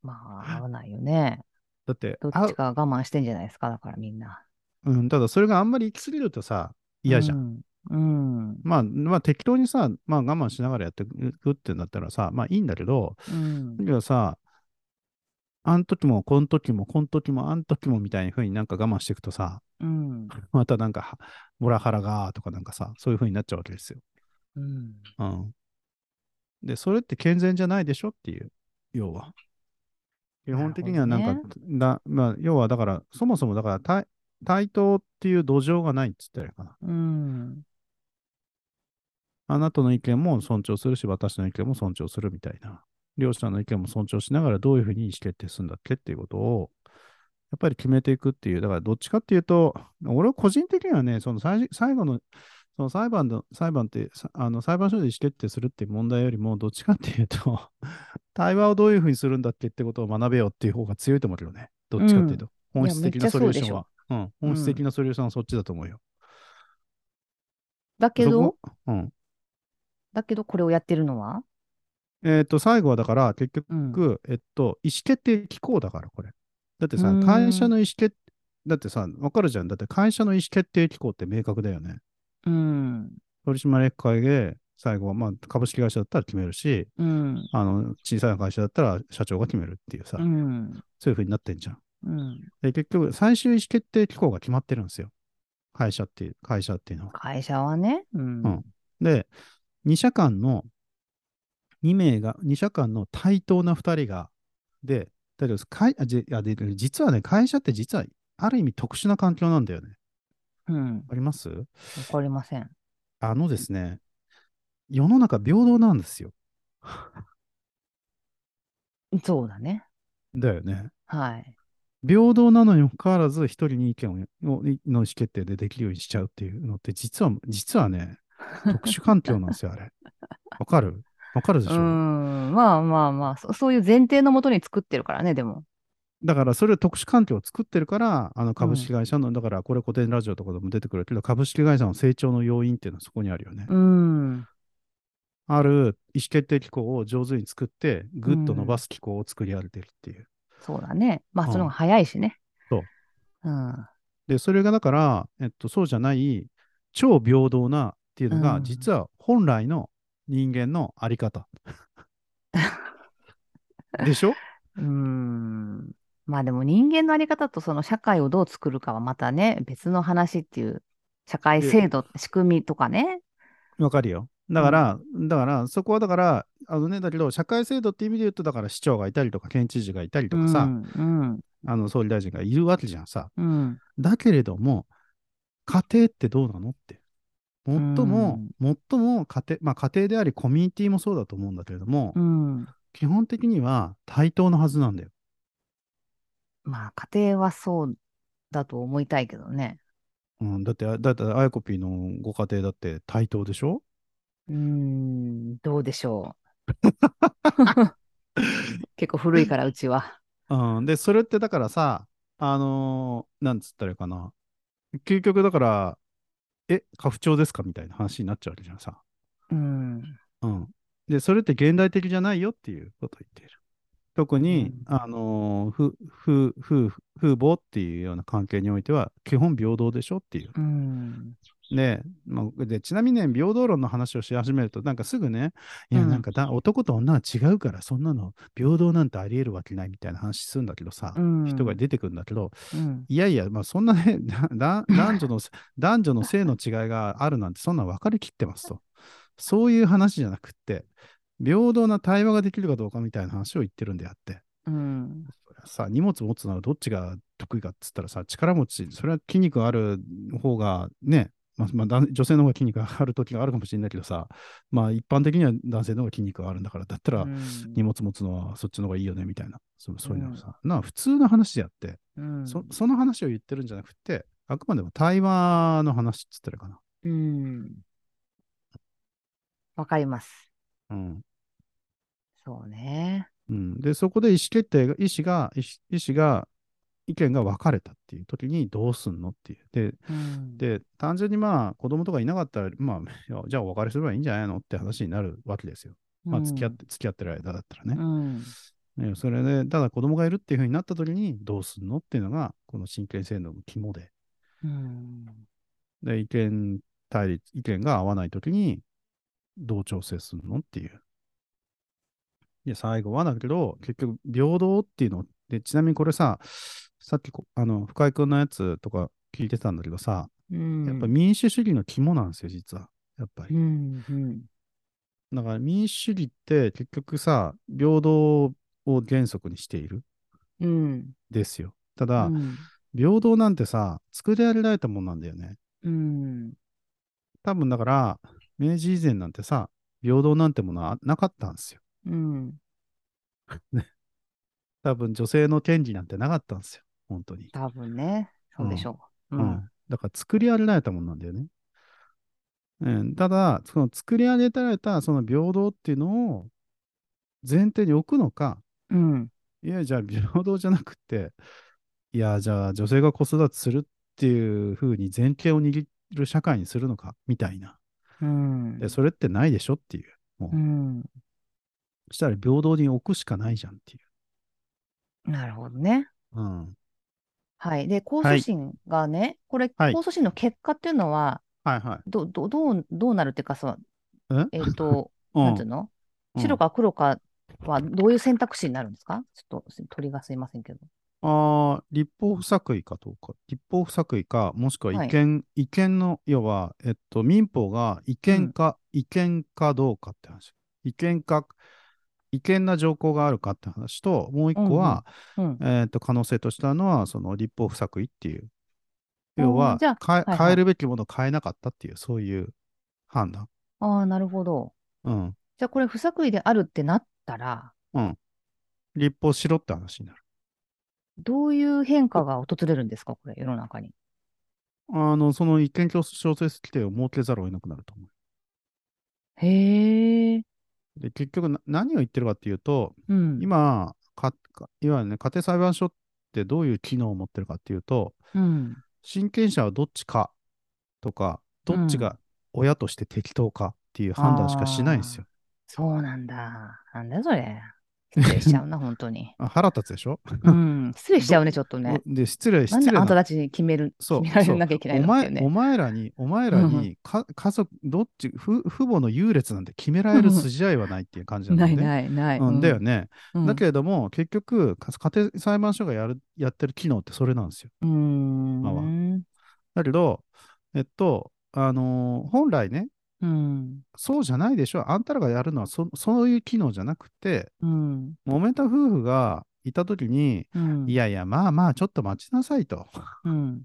まあ、合わないよね。
だって、
どっ
あ
ちか我慢してんじゃないですか、だからみんな。
うん、ただ、それがあんまり行き過ぎるとさ、嫌じゃん。
ん。うん。
まあ、まあ、適当にさ、まあ、我慢しながらやっていくってなったらさ、まあいいんだけど、
うん
だけどさ、あん時も、こん時も、こん時も、あん時もみたいな風になんか我慢していくとさ、
うん。
またなんかは、モラハラがとかなんかさ、そういう風になっちゃうわけですよ。
うん。
うん。で、それって健全じゃないでしょっていう、要は。基本的にはなん
な
か、
るほ
だまあ、要はだから、そもそもだから対、対等っていう土壌がないって言ったらいいかな。
うん。
あなたの意見も尊重するし、私の意見も尊重するみたいな。両者の意見も尊重しながらどういうふうに意思決定するんだっけっていうことを、やっぱり決めていくっていう。だからどっちかっていうと、俺は個人的にはね、その最最後の、その裁判の、裁判って、さあの裁判所で意思決定するっていう問題よりも、どっちかっていうと、 対話をどういうふうにするんだっけってことを学べよっていう方が強いと思うけどね。どっちかっていうと。
ん
本質的なソリューションは。うん。
う
本質的なソリューションはそっちだと思うよ。
だけ
そ
ど
こ、うん。
だけどこれをやってるのは
えっと、最後はだから、結局、
うん。
えっと、意思決定機構だから、これ。だってさ
うーん、
会社の意思決だってさ、わかるじゃん。だって会社の意思決定機構って明確だよね。
うん。
取締役会で、最後は、まあ、株式会社だったら決めるし、
うん。
あの、小さな会社だったら社長が決めるっていうさ、
うん。
そういう風になってんじゃん。
うん。
で、結局、最終意思決定機構が決まってるんですよ。会社っていう、会社っていうのは。
会社はね。うん。
うんで、2社間の、2名が、2社間の対等な2人が、で、大丈夫です。会あじあで実はね、会社って実は、ある意味特殊な環境なんだよね。
うん。わ
あります
かりません。
あのですね、世の中平等なんですよ。
そうだね。
だよね。
はい。
平等なのにもかかわらず、一人に意見をのの意思決定でできるようにしちゃうっていうのって、実は、実はね、特殊環境なんですよ、あれ。わかるわかるでし
う
ょ、
ん。まあまあまあそ、そういう前提のもとに作ってるからね、でも。
だからそれを特殊環境を作ってるから、あの株式会社の、だからこれ古典ラジオとかでも出てくるけど、株式会社の成長の要因っていうのはそこにあるよね。
うん。
ある意思決定機構を上手に作って、ぐっと伸ばす機構を作り上げてるっていう。
そうだね。まあ、
うん
その方が早いしね。
そう。
うん。
で、それがだから、えっと、そうじゃない、超平等なっていうの
う
が、
ん
実は本来の人間のあ り方。でしょ
うーん。まあでも人間のあり方とその社会をどう作るかはまたね、別の話っていう、社会
で
制度、仕組みとかね。
わかるよ。だから、だから、そこはだから、あのね、だけど、社会制度って意味で言うと、だから市長がいたりとか、県知事がいたりとかさ、
うん、うん、
あの総理大臣がいるわけじゃんさ。
うん。
だけれども、家庭ってどうなのって。最も、最も家庭、まあ家庭でありコミュニティもそうだと思うんだけれども、
うん。
基本的には対等のはずなんだよ。
まあ家庭はそうだと思いたいけどね。
うん、だって、あだって、あやこぴーのご家庭だって対等でしょ
うーん、どうでしょ う。結構古いから、うちは。
うん、で、それってだからさ、あのーなんつったらいいかな。究極だから、え、家父長ですかみたいな話になっちゃうわけじゃんさ。
うん。
うん。で、それって現代的じゃないよっていうことを言っている。特に、
うん
あのーふ、ふ、ふ、風貌っていうような関係においては、基本平等でしょっていう。
うん。
で、まあ、でちなみにね、平等論の話をし始めると、なんかすぐね、いや、
うん
なんかだ、男と女は違うから、そんなの平等なんてあり得るわけないみたいな話するんだけどさ、
うん
人が出てくるんだけど、
うん。
いやいや、まあ、そんなね、 だだ男女の、男女の性の違いがあるなんて、そんなん分かりきってますと。そういう話じゃなくって、平等な対話ができるかどうかみたいな話を言ってるんであって、
うん。
さ、荷物持つならどっちが得意かっつったらさ、力持ち、それは筋肉ある方がね、まあまあ、男女性の方が筋肉がある時があるかもしれないけどさ、まあ一般的には男性の方が筋肉があるんだから、だったら荷物持つのはそっちの方がいいよねみたいな、そうそういうのさ、な普通の話であって、
うん。
そその話を言ってるんじゃなくて、あくまでも対話の話っつったらいいかな。
うん。わかります。
うん
そうね。
うん、で、そこで意思決定が、意思が、意思意思が、意見が分かれたっていう時にどうすんのっていう。で、
うん、
で単純にまあ子供とかいなかったら、まあ、いやじゃあお別れすればいいんじゃないのって話になるわけですよ。まあ、付き合って、付き合ってる間だったら
う
ね。
ん。
ねそれで、ただ子供がいるっていうふうになった時にどうすんのっていうのが、この親権性の肝で。
うん。
で、意見対立、意見が合わないときに、どう調整するのっていう。いや、最後はだけど、結局、平等っていうので、ちなみにこれさ、さっきこ、あの、深井君のやつとか聞いてたんだけどさ、
うん。
やっぱ民主主義の肝なんですよ、実は。やっぱ
う
り。
ん。うん。
だから民主主義って結局さ、平等を原則にしている
うん。
ですよ。た
う
だ、
ん。
平等なんてさ、作り上げられたもんなんだよね。
うん。
多分だから、明治以前なんてさ、平等なんてものはなかったんですよ。
うん。
多分女性の権利なんてなかったんですよ。本当に。
多分ね。そうでしょう。う。
うんんだから作り上げられたもんなんだよね。うん、ただ、その作り上げられたその平等っていうのを前提に置くのか、
うん。
いや、じゃあ平等じゃなくて、いや、じゃあ女性が子育てするっていう風に前提を握る社会にするのか、みたいな。
うん。
で、それってないでしょっていう。
うん。
そしたら平等に置くしかないじゃんってい
なるほどね。
う。うん。
はい。で、控訴審がね、これ、
はい
控訴審の結果っていうのは、
はいはい。
ど、ど、どう、どうなるっていうか、そう
え、
えっと、
う
なんていうの
うん
白か黒かはどういう選択肢になるんですかちょっとす鳥がすいませんけど。
ああ、立法不作為かどうか。立法不作為か、もしくは
はい
違憲、違憲の、要は、えっと、民法が違憲か、違憲かどうかって話。違憲か、違憲な条項があるかって話と、もう一個は、
うん。
えっと、可能性としてあるのは、その立法不作為っていう。要
あー
は、
じゃあ
変え
はいはい
変えるべきものを変えなかったっていう、そういう判断。
ああ、なるほど。
うん。
じゃあ、これ不作為であるってなったら、
立法しろって話になる。
どういう変化が訪れるんですかこれ、世の中に。
あの、その違憲強制調整規定を設けざるを得なくなると思う。
へえ。
で結局な何を言ってるかっていうと、
うん。
今、かかいわゆるね、家庭裁判所ってどういう機能を持ってるかっていうと、
うん。
親権者はどっちかとか、どっちが親として適当かっていう判断しかしないんですよ。
そうなんだ。なんだよそれ。失礼しちゃうな、本当に。
あ腹立つでしょ、
うん。失礼しちゃうね、ちょっとね。
で、失礼、
なん
失
で
礼
あんた
な。
たちに決める、
そ
決
う
めら
そ
れ
う
なきゃいけない
お
のっていう
前
ね
お。前らに、お前ら
うんう
にか、家族、どっち、ふ父母の優劣なんて決められる筋合いはないっていう感じなんだ
な
よね。
いないない。
うん、だよ
ね。
ね。
うん
だけれども、結局、か家庭裁判所がやるやってる機能ってそれなんですよ。
うー
まあまあ
ん。
だけど、えっと、あのー本来ね、
うん。
そうじゃないでしょ。あんたらがやるのはそ、そういう機能じゃなくて、
うん。
揉めた夫婦がいたときに、
うん。
いやいや、まあまあ、ちょっと待ちなさいと。
うん。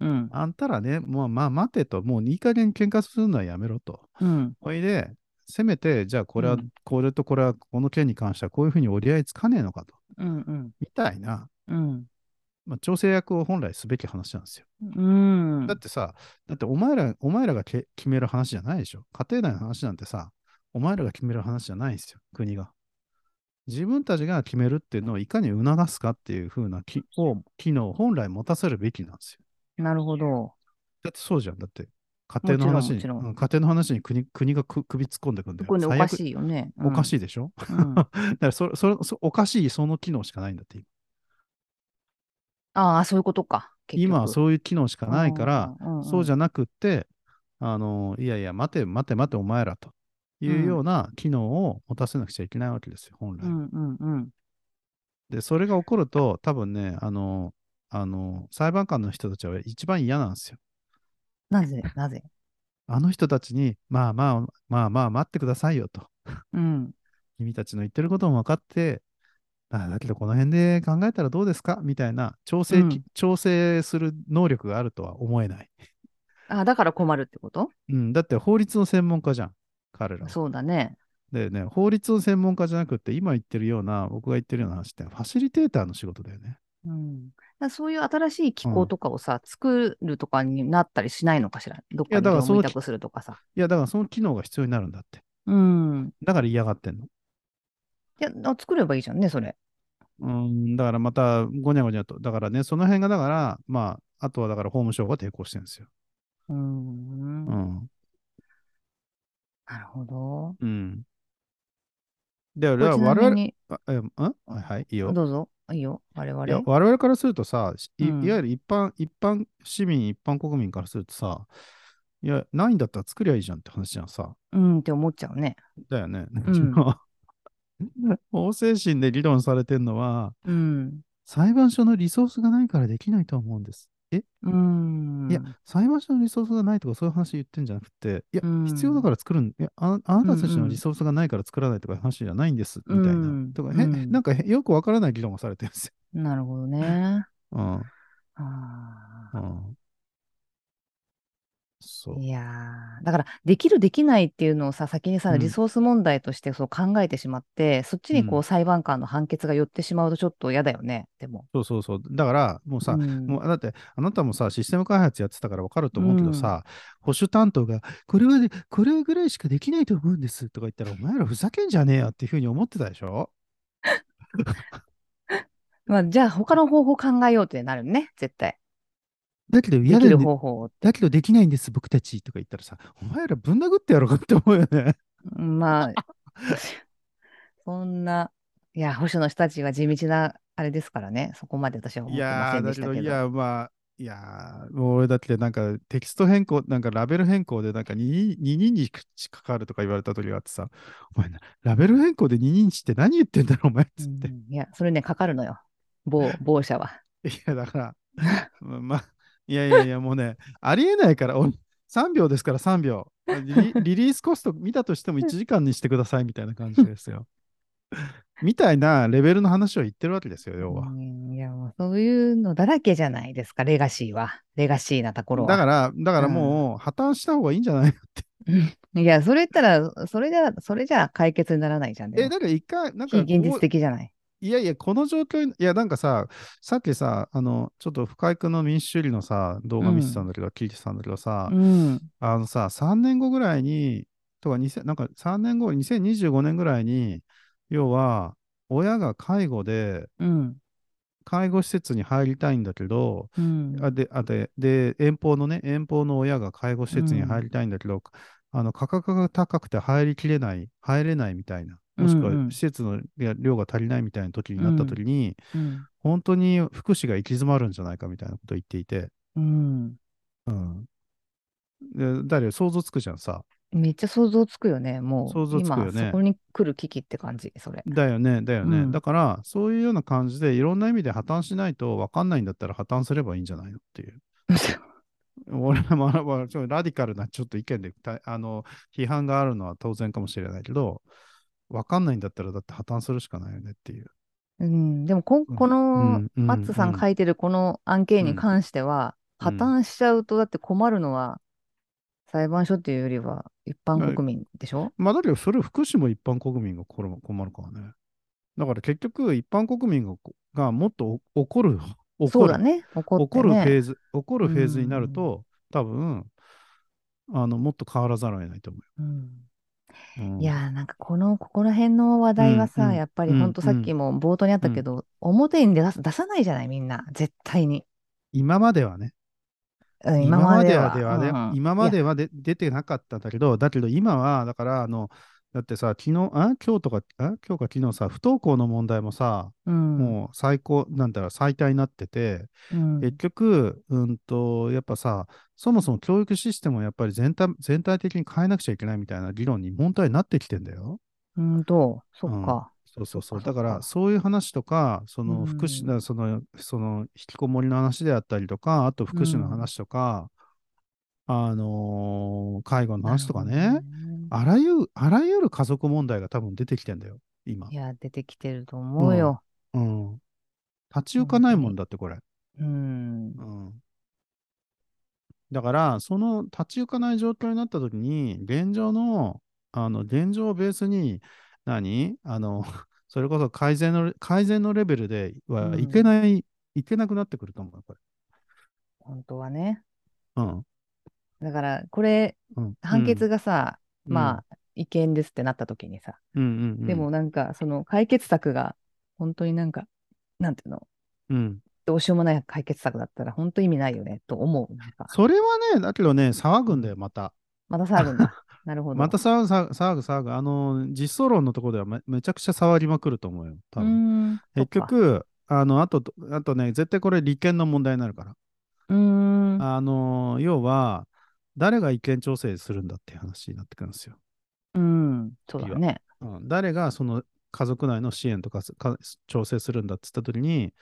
うん。
あんたらね、もうまあ待てと、もういい加減喧嘩するのはやめろと。
うん。
ほいで、せめて、じゃあこれは、
うん
これとこれは、この件に関してはこういうふうに折り合いつかねえのかと。
うん。うん。
みたいな、
うん。
まあ、調整役を本来すべき話なんですよ。
うん。
だってさ、だってお前ら、お前らがけ決める話じゃないでしょ。家庭内の話なんてさ、お前らが決める話じゃないんですよ、国が。自分たちが決めるっていうのをいかに促すかっていう風なきを機能を本来持たせるべきなんですよ。
なるほど。
だってそうじゃん。だって、家庭の話
も
に、
ちろんもちろん
うん家庭の話に国国がく首突っ込んでくんだよ。
これね、おか
い。
しいよね。
おか
い。
しいでしょ、
うん
だからそれそれそ、おかしいその機能しかないんだって。
ああ、そういうことか。
今は
う
そういう機能しかないから、、そうじ
ゃ
ゃなくって、あの、いやいや、待て、待て、待て、お前らというような機能を持たせなくちゃいけないわけですよ、本来
う。んうんうん。
で、それが起こると、多分ね、あの、あの、裁判官の人たちは一番嫌なんですよ。
なぜ、なぜ。
あの人たちに、まあまあ、まあまあ、待ってくださいよと。
うん。
君たちの言ってることも分かって、あだけどこの辺で考えたらどうですかみたいな調整き、
うん
調整する能力があるとは思えない。
ああ、だから困るってこと
うん、だって法律の専門家じゃん、彼らは。
そうだね。
でね、法律の専門家じゃなくって、今言ってるような、僕が言ってるような話って、ファシリテーターの仕事だよね。
うん。だからそういう新しい機
う
構
ん
とかをさ、作るとかになったりしないのかしら。どっか
や
に
だから
業務委
その
託するとかさ。
いや、だからその機能が必要になるんだって。
うん。
だから嫌がってんの。
いや、あ作ればいいじゃんね、それ。
うん、だからまた、ごにゃごにゃと。だからね、その辺が、だから、まあ、あとはだから法務省が抵抗してるんですよ。
うーん。
う。
なんるほど。
うん。で、だ
こ
か
れ
ら
ちな
我
み
々、
に、
あえうんはいはい、いいよ。
どうぞ。いいよ。我々。
いや我々からするとさ、しいい
うん
わゆる一般、一般市民、一般国民からするとさ、いや、ないんだったら作りゃいいじゃんって話じゃんさ。
うんって思っちゃうね。
だよね。
うん
法制審で議論されてるのは、
うん。
裁判所のリソースがないからできないと思うんです。え、
うーん。
いや、裁判所のリソースがないとかそういう話言ってんじゃなくて、いや、
うん
必要だから作るんいやあ、あなたた
う
ち
んう
の
ん
リソースがないから作らないとかいう話じゃないんです、みたい
うん
な。とか、へ
うん
なんかへよくわからない議論がされてるんですよ。
なるほどね。
うん。
あ
う
ー
ん。そう。
いやーだから、できる、できないっていうのをさ、先にさ、
うん
リソース問題としてそう考えてしまって、そっちにこ
う
う、裁判官の判決が寄ってしまうとちょっと嫌だよね、でも。
そうそうそう。だから、もうさ、
うん
もうだって、あなたもさ、システム開発やってたから分かると思うけ
う
ど
ん
さ、保守担当が、これはね、これぐらいしかできないと思うんですとか言ったら、お前らふざけんじゃねえよっていうふうに思ってたでしょ
まあ、じゃあ、他の方法考えようってなるね、絶対。
だけど
で
嫌だ
き
よ
る
ね。
方法を。
だけどできないんです、僕たちとか言ったらさ、お前らぶん殴ってやろうかって思うよね。
うんまあ、そんな、いや、保守の人たちは地道な、あれですからね、そこまで私 は思っ
い
てま
や
せ
ー、
んで
だ
し
け
た
ど、
け
い
ど。
や、まあ、いやー、もう俺だってなんかテキスト変更、なんかラベル変更でなんか2人にかかるとか言われた時があってさ、お前な、ラベル変更で2人って何言ってんだろ、お前っつって。
うんいや、それね、かかるのよ。 某、某社は。
いや、だから、ま まあ、いやいやいや、もうね、ありえないから、俺、3秒ですから3秒。リ リリリースコスト見たとしても1時間にしてくださいみたいな感じで すよ。みたいなレベルの話を言ってるわけですよ、要は
う。んいや、もうそういうのだらけじゃないですか、レガシーは。レガシーなところは。
だから、だからもう破綻した方がいいんじゃない
ら。いや、それ言ったら、それじゃ、それじゃ解決にならないじゃん。で
え、
も
だから一回、なん
非
か、
現実
こう
的じゃない。
いやいや、この状況に、いや、なんかさ、さっきさ、あの、ちょっと深井君の民主主義のさ、動画見てたんだけど、聞いてたんだけどさ、
うん。
あのさ、3年後ぐらいに、とか、2000なんか3年後、2025年ぐらいに、要は、親が介護で、
うん。
介護施設に入りたいんだけど、
うん。
あであでで、遠方のね、遠方の親が介護施設に
うん
入りたいんだけど、あの価格が高くて入りきれない、入れないみたいな、もしくは
うんうん
施設の量が足りないみたいな時になった時に、
うん
本当に福祉が行き詰まるんじゃないかみたいなことを言っていて、
うん。
うん、で誰想像つくじゃんさ。
めっちゃ想像つくよね。もう、
想像つくよね
今、そこに来る危機って感じ、それ。
だよね、だよね。
うん
だから、そういうような感じで、いろんな意味で破綻しないと分かんないんだったら破綻すればいいんじゃないのっていう。俺は、まあまあ、ちょっとラディカルなちょっと意見でたあの批判があるのは当然かもしれないけど、分かんないんだったらだって破綻するしかないよねっていう。
うん。でもこん、
うん
こ
う
の
ん、うん
マッツさん書いてるこの案件に関しては、
う
破
ん
綻しちゃうと、だって困るのは、裁判所っていうよりは、一般国民でしょ
まあ、だけど、それ福祉も一般国民が困る困るからね。だから結局、一般国民がこがもっとお怒る、怒る
そうだね。怒って
怒るフェ
ね。
ーズ、怒るフェーズになると、多分あのもっと変わらざるを得ないと思
うん
うよ。うん
いやーなんかこの、ここら辺の話題は
うん
さ、
うん
やっぱり
うん
ほんとさっきも冒頭にあったけど、表に出さ出さないじゃない、みんな。絶対に。
今まではね。
うん
今
今
ま
ま
で
で
は
は。
ではね、
うんうん
今まではで出てなかったんだけど、だけど今は、だから、あの、だってさ、昨日、あ、今日とか、あ、今日か昨日さ、不登校の問題もさ、
うん
もう最高、なんだろう、最多になってて、
うん
結局、うんと、やっぱさ、そもそも教育システムをやっぱり全体全体的に変えなくちゃいけないみたいな議論に問題になってきてんだよ。
うんと、そ
うん
っか。
そうそうそう。
そ
だ
っか
か、
そっから
そういう話とか、その福祉、
うん
だからその、その、引きこもりの話であったりとか、あと福祉の話とか、あのー介護の話とか
な
ね
るほ、どね
あらゆる、あらゆる家族問題が多分出てきてんだよ、今
い。や、出てきてると思うよ。
うん。立ち行かないもんだって、これ。
うん。
うん。だから、その立ち行かない状況になった時に、現状の、あの、現状をベースに、何あの、 それこそ改善の、改善のレベルでは
うん
いけない、いけなくなってくると思うよ、これ。
本当はね。
うん。
だから、これ、
うん、
判決がさ、
うん
まあ、違憲ですってなった時にさ、
うん、うんうんうん、
でも、なんか、その解決策が、本当になんか、なんていうの、
うん。
どうしようもない解決策だったら、本当意味ないよね、と思う。なんか、
それはね、だけどね、騒ぐんだよ、また。
また騒ぐん だ。なるほど。
また騒ぐ、騒ぐ、騒ぐ、騒ぐ。あの、実装論のところではめめちゃくちゃ騒ぎまくると思うよ、多
う
分。
ん。
結
そっか、
局、あの、あと、あとね、絶対これ利権の問題になるから。
うん。
あのー要は、誰が意見調整するんだっていう話になってくるんですよ。
うん。そうだね。
うん、誰がその家族内の支援とかすか調整するんだって言った時に、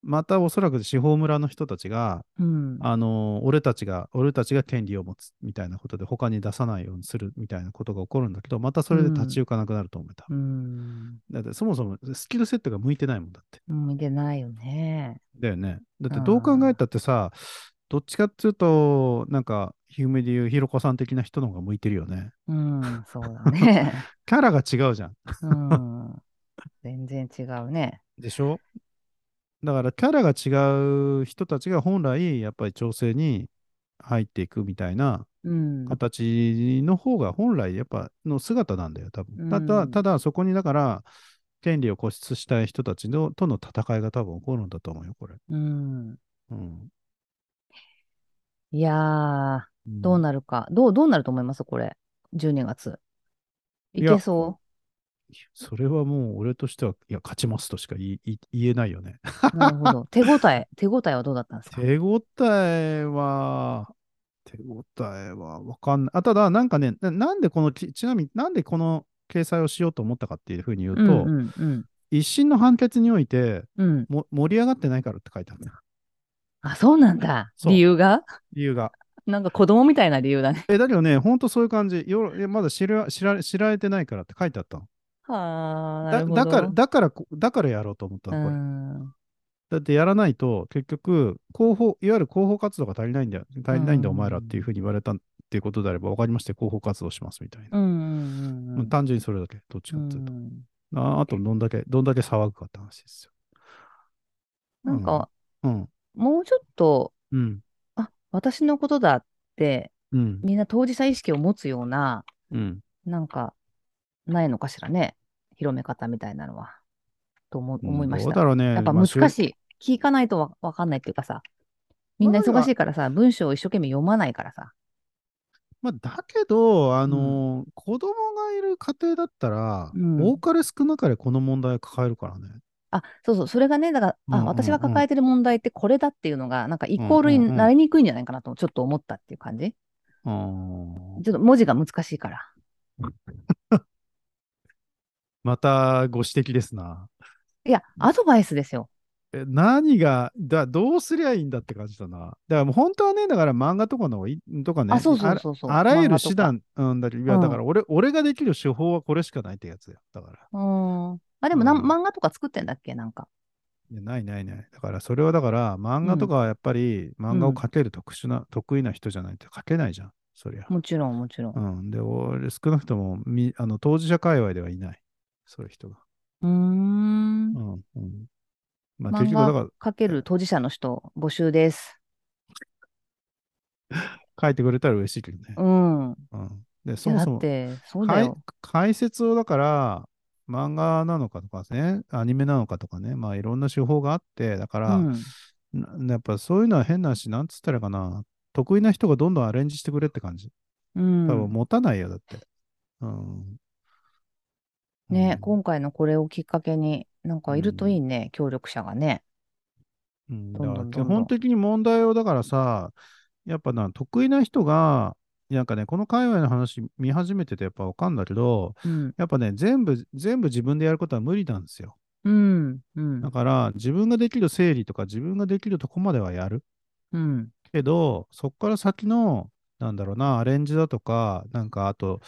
またおそらく司法村の人たちが、
うん。
あのー俺たちが、俺たちが権利を持つみたいなことで、他に出さないようにするみたいなことが起こるんだけど、またそれで立ち行かなくなると思う、多
う
分
ん。
だってそもそもスキルセットが向いてないもんだって。
見てないよね。
だよね。だって
うん
どう考えたってさ、どっちかっつうと、なんか、ヒューメでいうひろこさん的な人の方が向いてるよね。
うん、そうだね。
キャラが違うじゃん。
うん。全然違うね。
でしょだからキャラが違う人たちが本来やっぱり調整に入っていくみたいな
うん。
形の方が本来やっぱの姿なんだよ多
う
分。
ん
ただただそこにだから権利を固執したい人たちのとの戦いが多分起こるんだと思うよこれ。
うん。
うん、
いやー、どうなるか。どう、どうなると思いますこれ。12月。い
いや
けそ
それはもう俺としてはいや勝ちますとしか言い言い言えないよね。
う。なるほど。 手応え、手応えはどうだったんですか
手応えは、手応えはわかんない。あ、ただ、なんかね、ななんでこのき、ちなみになんでこの掲載をしようと思ったかっていうふうに言うと、
うんうんうん。
一審の判決において
うん。
も、盛り上がってないからって書いてあるんだよ。
あ、そうなんだ。
そう
理由が
理由が。
なんか子供みたいな理由 だね。
え、だけどね、ほんとそういう感じ。よいやまだ知ら知ら知られてないからって書いてあったの。
はあ、な
だ
るほど。
だから、だからこ、だからやろうと思った
う
の、これ。
ん。
だってやらないと、結局、広報、いわゆる広報活動が足りないんだよ。足りないんだ、
うん
お前らっていうふうに言われたっていうことであれば、分かりまして、広報活動しますみたいな。
うんうんうんうん。
単純にそれだけ、どっちかっていうと。
うん
ああと、どんだけ、どんだけ騒ぐかって話ですよ。
なんか、
うん、うん、
もうちょっと、
うん、
あ、私のことだって、
うん、
みんな当事者意識を持つような、
うん。
なんか、ないのかしらね。広め方みたいなのは。と思思いまし
どう
た。
だろうね。
やっぱ
まあ
難
しゅ
しい。聞かないとわわかんないっていうかさ。みんな忙しいからさ、文章を一生懸命読まないからさ。
まあ、だけど、あのー子供がいる家庭だったら、
うん
多かれ少なかれこの問題を抱えるからね。
あ、そうそう、それがね、だから、
うんうんうん
あ、私が抱えてる問題ってこれだっていうのが、なんかイコールに
うんうんうん
なりにくいんじゃないかなと、ちょっと思ったっていう感じ。
あー
ちょっと文字が難しいから。
またご指摘ですな。
いや、アドバイスですよ。
え何が、だ、どうすりゃいいんだって感じだな。だからもう本当はね、だから漫画とかの方がいい、とかね、
あ、そう
あ
そう
ら
そうそう。
あら
漫
ゆる
画と
手
か。
段、うん、だけどいや
うん
だから俺、俺ができる手法はこれしかないってやつだよ。だから。
うん。あ、でもな、
うん
漫画とか作ってんだっけなんか。
いやないないない。だからそれはだから漫画とかはやっぱり漫画を描ける特殊な、得意な人じゃないと描けないじゃん。そりゃ。
もちろん、もちろん
う。ん。で、俺少なくともみあの当事者界隈ではいない。そういう人が。
うーん
う。ん。うん、まあ
漫
結局だか
画かける当事者の人募集です。
ら書いてくれたら嬉しいけどね
う。ん。
うん。で、
い
そ
や
も
だ
そ
っ
も
て、そうだ
解
よ。
解説をだから漫画なのかとかね、アニメなのかとかね、まあいろんな手法があって、だか
う
ら、
ん。
なやっぱそういうのは変なし、なんつったらいいかな。得意な人がどんどんアレンジしてくれって感じ。
うん
多分持たないよ、だって。うん。
ね
う、ん
今回のこれをきっかけに、なんかいるといいね、協力者がね。
うんだ
どんどん
から基
どんどん
本的に問題をだからさ、やっぱな、得意な人が、なんかね、この界隈の話見始めててやっぱわかんだけど、
うん。
やっぱね、全部、全部自分でやることは無理なんですよ。
うん。うん
だ。から、自分ができる整理とか、自分ができるとこまではやる。
うん。
けど、そこから先の、なんだろうな、アレンジだとか、なんかあと、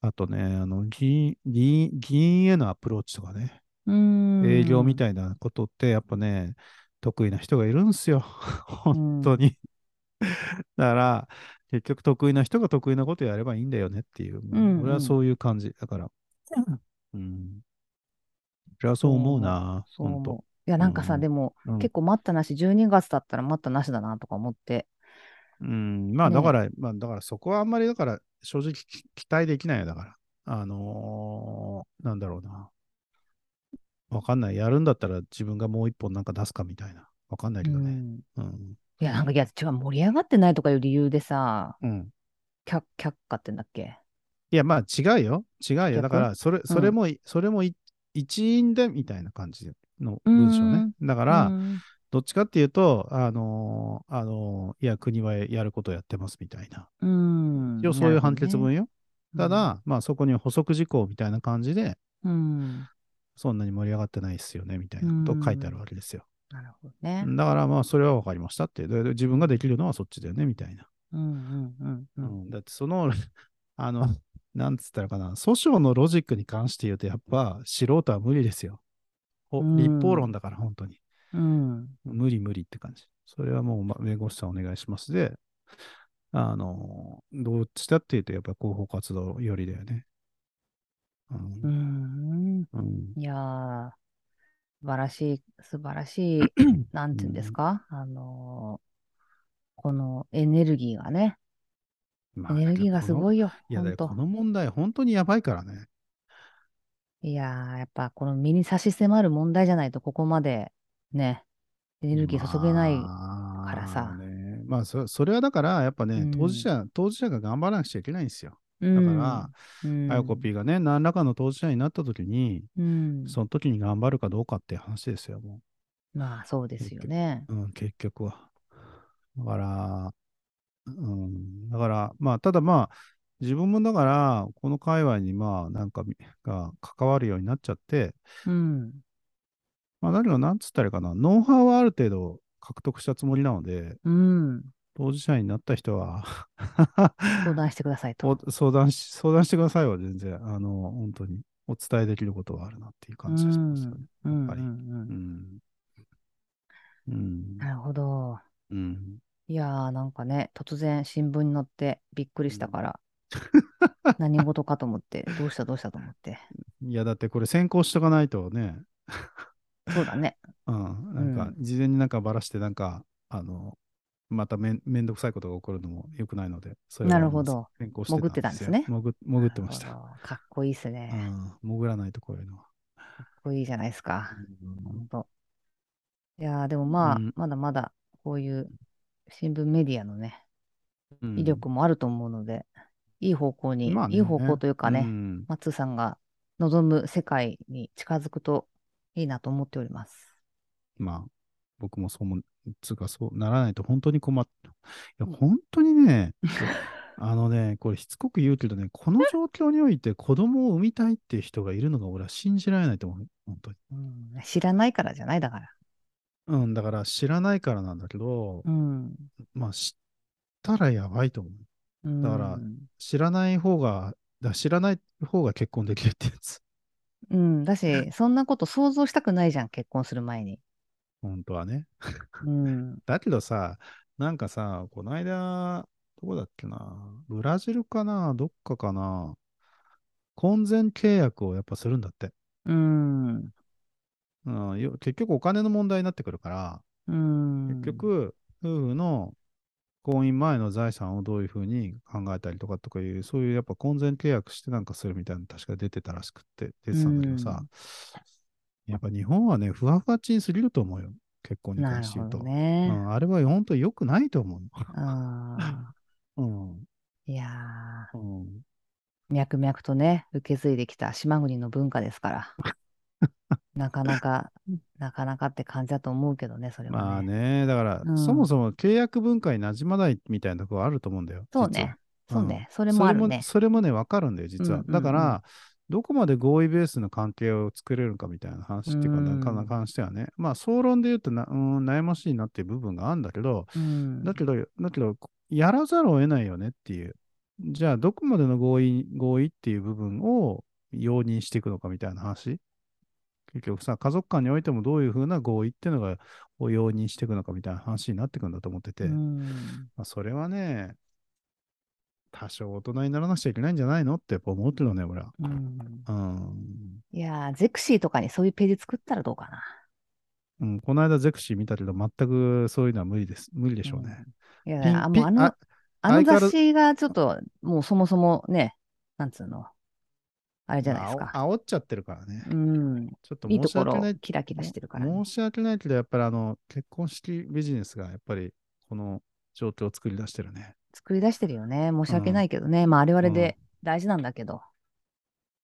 あとね、あの議員議員議員へのアプローチとかね、
うん。
営業みたいなことって、やっぱね、得意な人がいるんですよ。本当に。 だから、結局得意な人が得意なことやればいいんだよねっていう、
んうん
俺はそういう感じ。だから、うん。それはそう思うな、
そう
本
思
当。
う。いや、なんかさ、
うん
でも、
うん
結構待ったなし、12月だったら待ったなしだなとか思って。
うん、まあ
ね
だから、まあだからそこはあんまりだから正直き期待できないよだから。あのーなんだろうな。わかんない。やるんだったら自分がもう一本なんか出すかみたいな。わかんないけど
う
ね。
ん
うん。
いや、なんか、いや、違う、盛り上がってないとかいう理由でさ、
うん。
却却下ってんだっけ
いや、まあ違うよ。違うよ。
逆
だから、それ、それもい、それもい一因でみたいな感じの文章ね。だか、
からうん
どっちかっていうと、あのーあのーいや、国はやることやってますみたいな。
うん。
一応そういう判決文
なる
よ。
ほ
た
どね、
だ、まあそこに補足事項みたいな感じで、
うん、うん。
そんなに盛り上がってないっすよね、みたいなことを書いてあるわけですよ。
なるほどね。
だからまあ、それは分かりましたって。でで自分ができるのはそっちだよね、みたいな。
うんうんうんうん。
だってその、 あの、なんつったらかな、訴訟のロジックに関して言うと、やっぱ素人は無理ですよ。ほ
うん
立法論だから、本当に。
うん。
無理無理って感じ。それはもう、ま弁護士さんお願いしますで、あの、どっちだっていうと、やっぱり広報活動よりだよね。うん
うん。
うん
いやー、素晴らしい、素晴らしい、なんていうんですか、あのーこのエネルギーがね、
ま
エ
あ
ネルギーがす
だけどこの
ごいよ、
いや、だ
本
か
当
らこの問題、本当にやばいからね。
いやー、やっぱこの身に差し迫る問題じゃないと、ここまでね、エネルギー注げない。
から
さ
ね、まあそ、それはだから、やっぱね、
うん
当事者、当事者が頑張らなくちゃいけないんですよ。
だ
だから、
うん、
あやこぴーがね、何らかの当事者になった時に、
うん、
その時に頑張るかどうかっていう話ですよ、も
まあそうですよね。
う。うん、結局は。だから、うん、だから、まあ、ただまあ、自分もだから、この界隈にまあ、なんかみ、が関わるようになっちゃって、
うん。
まあ、何がなんつったらいいかな、ノウハウはある程度獲得したつもりなので、
うん。
当事者になった人は
相談してくださいと。
お相談し、相談してくださいは全然、あの、本当にお伝えできることはあるなっていう感じがしますよね。
うん
やっぱり
うんうん
う
うん
ん。うん。
なるほど。
うん。
いやー、なんかね、突然新聞に載ってびっくりした から、何事かと思って、どうしたどうしたと思って。
いや、だってこれ先行しとかないとね、
そうだね。
うん、なんか、事前になんかばらして、なんか、あの、まためんめんどくさいことが起こるのも良くないので、それは
なるほど
先行してよ
潜ってたんですね
潜 潜ってまし
な
た
る。ほど。かっこいいっす
う
ね。
ん、潜らないとこういうのは。
かっこいいじゃないですか。
うん
ほんと。いやー、でもまあ、
うん
まだまだこういう新聞メディアのね、威力もあると思うので、いい方向に、
まあね
いい方向というかね、
ん
松さんが望む世界に近づくといいなと思っております。
まあ、僕もそうも、つうか、そうならないと本当に困っいや、本当にね、あのね、これしつこく言うけどね、この状況において子供を産みたいっていう人がいるのが俺は信じられないと思う。本当に。
うん、知らないからじゃないだから。
うん、だから知らないからなんだけど、
うん。
まあ知ったらやばいと思う。
だ
から知らない方が、だ知らない方が結婚できるってやつ。
うん、だし、そんなこと想像したくないじゃん、結婚する 前に。
本当はね。
うん。
だけどさ、なんかさ、この間、どこだっけな、ブラジルかな、どっかかな、婚前契約をやっぱするんだって。
うん。
うん、よ結局お金の問題になってくるから、
うん。
結、局、夫婦の婚姻前の財産をどういうふうに考えたりとかとかいう、そういうやっぱ婚前契約してなんかするみたいなの確か出てたらしくって、出てたんだけどさ、やっぱ日本はね、ふわふわちんすぎると思うよ。結婚に
な
関
る
して
ほ
言うと。
ど
う
ね。
ん、あれは本当良くないと思う。
あ
うんう
ーいや
ん、
ー、脈々とね、受け継いできた島国の文化です から。なかなか、なかなかって感じだと思うけどね、それ
ま
は
あ
ね。
ね、だから、
うん
そもそも契約文化に馴染まないみたいなところあると思うんだよ。
そう
実は
ね。そうね。そ
そ
れもあるね。
それもね、わかるんだよ、実
う
は。
んうんうん
だから、どこまで合意ベースの関係を作れるのかみたいな話っていうか、
うん
なかなか関してはね、まあ、総論で言うとな、うーん、悩ましいなっていう部分があるんだけど、
うん
だけど、だけど、やらざるを得ないよねっていう。じゃあ、どこまでの合意、合意っていう部分を容認していくのかみたいな話。結局さ、家族間においてもどういうふうな合意っていうのが、を容認していくのかみたいな話になってくるんだと思ってて。
うん
まあ、それはね、多少大人にならなくちゃいけないんじゃないのってやっぱ思うけどね、俺は。
うん
うん。
いやー、ゼクシーとかにそういうページ作ったらどうかな。
うん、この間、ゼクシー見たけど、全くそういうのは無理です。無理でしょうね。
いや
ピン
ー、
ピ
もう
ン
あの
あ、
あの
相変わら
雑
ず
誌がちょっと、もうそもそもね、なんつうの、あれじゃないです
ま
か。
あ煽っちゃってるからね。
うん。
ちょっと
いい
申
と
し
こ
訳
ろ
ない。
キラキラしてるからね、
申し訳ないけど、やっぱりあの、結婚式ビジネスが、やっぱり、この状況を作り出してるね。
作り出してるよね。申し訳ないけどね。まあ、あれはあれで大事なんだけど。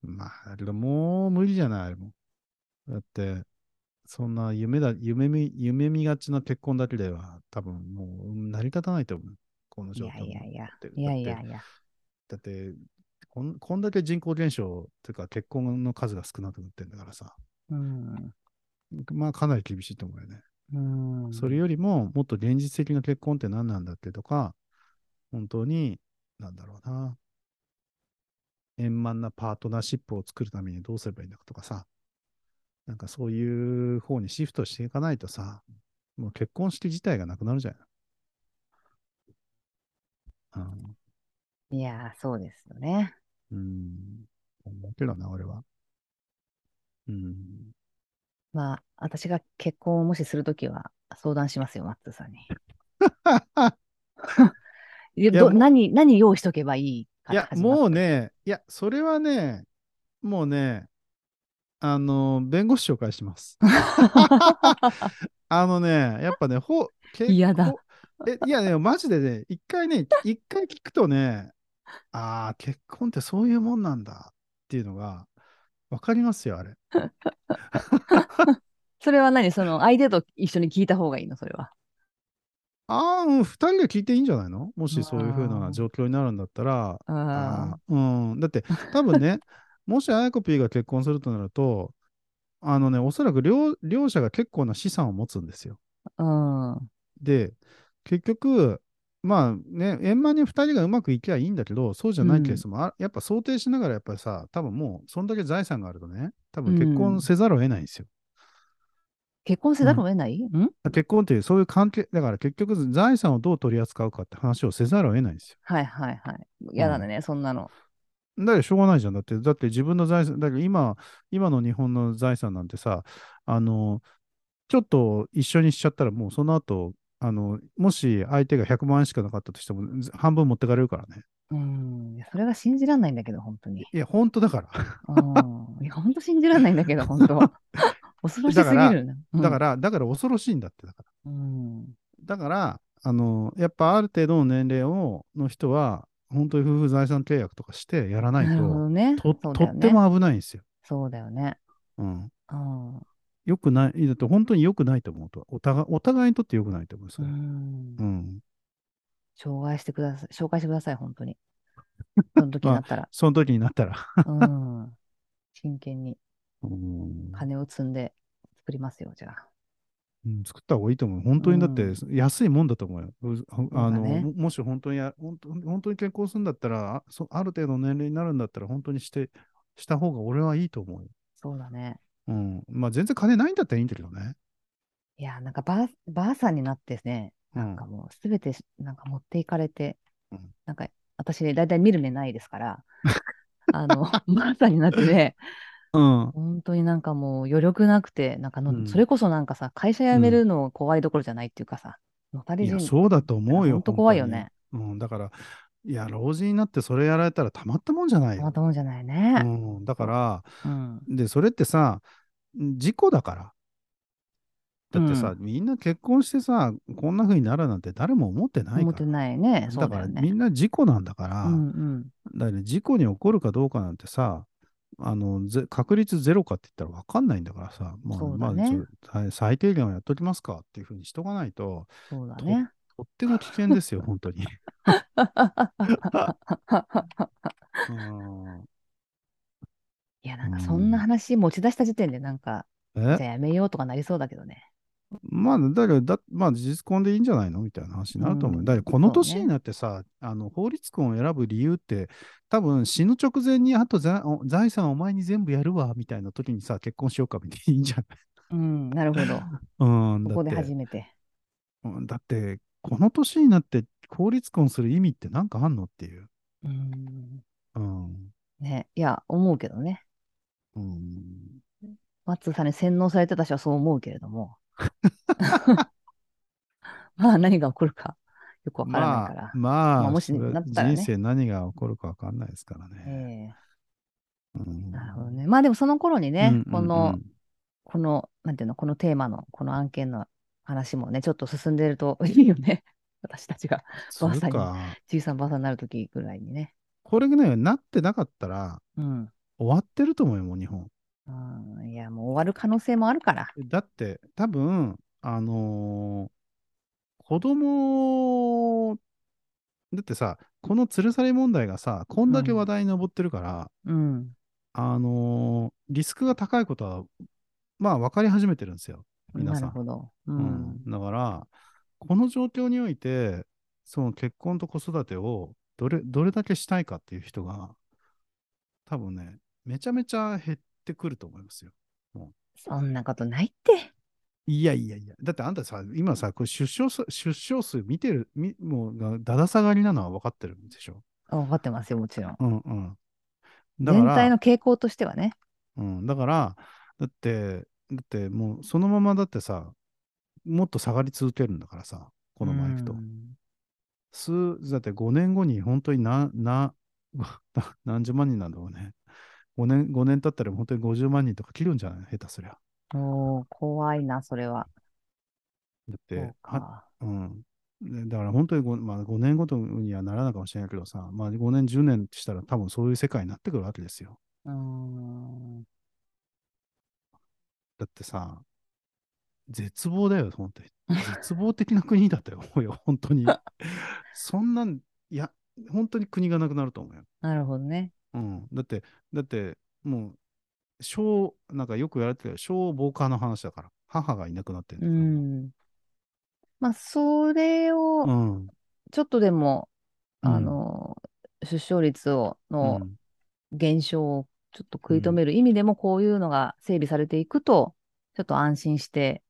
まあ、だけど、もう無理じゃない、あれも。だって、そんな夢だ、夢見、夢見がちな結婚だけでは、多分もううん成り立たないと思う。この
い
状況
やいやいや
だって。
いやい
だ
や
っ
いや。
て、だってこんこんだけ人口減少というか結婚の数が少なくなってんだからさ、
うん。
まあかなり厳しいと思うよね。
うん。
それよりも、もっと現実的な結婚って何なんだっけとか、本当に、なんだろうな、円満なパートナーシップを作るためにどうすればいいのかとかさ、なんかそういう方にシフトしていかないとさ、もう結婚式自体がなくなるじゃない。あ
いやー、そうですよね。
うん、思うけどな、俺は。うん、
まあ、私が結婚をもしするときは相談しますよ、マッツーさんに。いや
いや
ど
もう
何、何用意しとけばいいか
いや、もう。ね、いや、それはね、もうね、あの、弁護士紹介します。あのね、やっぱね、ほ、け
嫌だ
ほえ、いやね、マジでね、一回ね、一回聞くとね、ああ、結婚ってそういうもんなんだっていうのが、わかりますよ、あれ。
それは何その、相手と一緒に聞いた方がいいのそれは。
ああ、うん、二人で聞いていいんじゃないのもしそういうふう
あー
な状況になるんだったら、
あ
あーうん。だって、多分ね、 もしあやこぴーが結婚するとなると、あのね、おそらく両両者が結構な資産を持つんですよ。
あ。うん。
で、結局、まあね、円満に2人がうまくいきゃいいんだけど、そうじゃないケースもあ、やっぱ想定しながら、やっぱりさ、多分もう、そんだけ財産があるとね、多分結
うん
婚せざるを得ないんですよ。
結婚せざるを得ない、ん
結婚っていう、そういう関係、だから結局、財産をどう取り扱うかって話をせざるを得ないんですよ。
はいはいはい。嫌だね、そんなの。
だからしょうがないじゃん。だって、だって自分の財産、だから今、今の日本の財産なんてさ、あの、ちょっと一緒にしちゃったら、もうその後、あの、もし相手が100万円しかなかったとしても、ず半分持ってかれるからね。
うん。それが信じらんないんだけど、本当に。
いや、本当だから。
うん。いや、本当信じらんないんだ けど、本当恐ろしすぎるな。うん
だか、ら、だから恐ろしいんだって、だから。
うん。
だから、あの、やっぱある程度の年齢を、の人は、本当に夫婦財産契約とかしてやらない
なるほ
と、
どね。
と、
そう
と
だよ
っ
ね
ても危ないんですよ。
そうだよね。
うん。
うん。
よくない、だって本当に良くないと思うと。お互い、お互いにとって良くないと思う。そうれ
ん
う。ん。
紹介してください。紹介してください、本当 に。その時になったら。
その時になったら。
うん。真剣に
うん、
金を積んで作りますよ、じゃあ。
うん作った方がいいと思う。本当にだって安いもんだと思うよ。うあの、
そうだね
ももし本当にや本当、本当に健康するんだったらあそ、ある程度の年齢になるんだったら、本当にして、した方が俺はいいと思うよ。
そうだね。
うん。まあ全然金ないんだったらいいんだけどね。
いや、なんかばあ、ばあさんになってね、
う
なん
ん
か。もうすべてしなんか持っていかれて
うん、
なんか私ね、だいたい見る目ないですから、 あの、ばあさんになってね、
うん。
本当になんかもう余力なくて、なんかの、
うん
それこそなんかさ、会社辞めるの怖いどころじゃないっていうかさ、のたれ
い
人
や、そうだと思うよ。
本当怖いよね。
本当に。うん。だから、いや、老人になってそれやられたらたまったもんじゃない
たま
よ。
ったもんじゃないね。
うん。だから、
うん。
で、それってさ、事故だから。だってさ、みんな結婚してさ、こんな風になるなんて誰も思ってない
思っ
か
て
ら。
ないね。そ
だ
うだ
から
よ
み
ね。
んな事故なんだから、
うんうん。
だから事故に起こるかどうかなんてさ、あのぜ確率ゼロかって言ったら分かんないんだからさ、まあ
そう
ま
だね
あちょ最最低限はやっときますかっていうふうにしとかないと、
そうだね。
とっても危険です よ、本当に。うん
いや、なんかそんな話持ち出した時点で、なんか、じ
え
ゃあやめようとかなりそうだけどね。
まあ、だからだ、まあ、事実婚でいいんじゃないのみたいな話になると思う。
うん
だから、この
そうね
年になってさ、あの法律婚を選ぶ理由って、多分死ぬ直前に、あとざお財産お前に全部やるわ、みたいな時にさ、結婚しようかみたいにいいんじゃない
うん、なる ほど。
うん、
こ
だ
こ
っ
で
て
初めて。
うんだって、この年になって法律婚する意味って何かあんのっていう。
うん。
うん。
ね、いや、思うけどね。
うん、
マッツーさんに洗脳されてた私はそう思うけれど も。まあ、何が起こるか、よくわからない
ま
から
あ、。まあ、
まあもし
それ
なったらね
人生何が起こるか分かんないですからね。
え
うん
えなるほどね。まあでもその頃にね、
うんうんうん
この、この、なんていうの、このテーマの、この案件の話もね、ちょっと進んでると いいよね。私たちが
そう
ばあさんに
か。
小さなばあさんになるときぐらいにね。
これがね、なってなかったら
うん。
終わってると思うよ、もう日本。
うん、いや、もう終わる可能性もあるから。
だって、多分、あのー子供、だってさ、この吊るされ問題がさ、こんだけ話題に上ってるから、
うん。
あのーリスクが高いことは、まあ、分かり始めてるんですよ、皆
な
さ
る
ん。
ほど。う。
うんんだから、この状況において、その結婚と子育てをどれどれだけしたいかっていう人が、多分ね、めちゃめちゃ減ってくると思いますよ。
そんなことないって。
いやいやいや、だってあんたさ、今さ、これ出生数出生数見てる、みもうがだだ下がりなのは分かってるんでしょ。
あ分かってますよ、もちろん。
うんうん。だか
全
ら
体の傾向としてはね。
うん、だから、だって、だってもうそのままだってさ、もっと下がり続けるんだからさ、このままいくと
う。ん
数、だって5年後に本当にな、な、 な何十万人なんだろうね。5年、5年経ったら本当に50万人とか切るんじゃない下手すりゃ。
おー怖いな、それは。
だっ
そ
て
う、
は
か。
うん。でだから本当に 5,、まあ、5年ごとにはならないかもしれないけどさ、まあ5年、10年したら多分そういう世界になってくるわけですよ。
うーん。
だってさ、絶望だよ、本当に。絶望的な国だったよ、思うよ、本当に。そんなん、いや、本当に国がなくなると思うよ。
なるほどね。
うん。だって、だって、もう、小、なんかよく言われてる、小防火の話だから、母がいなくなって
う
るん
ん。まあ、それ
だから。
を、
うん。うん。
ちょっとでも、あの、出生率を、の
うん
減少をちょっと食い止
うん
める意味でも、こういうのが整理されていくと、ちょっと安心して、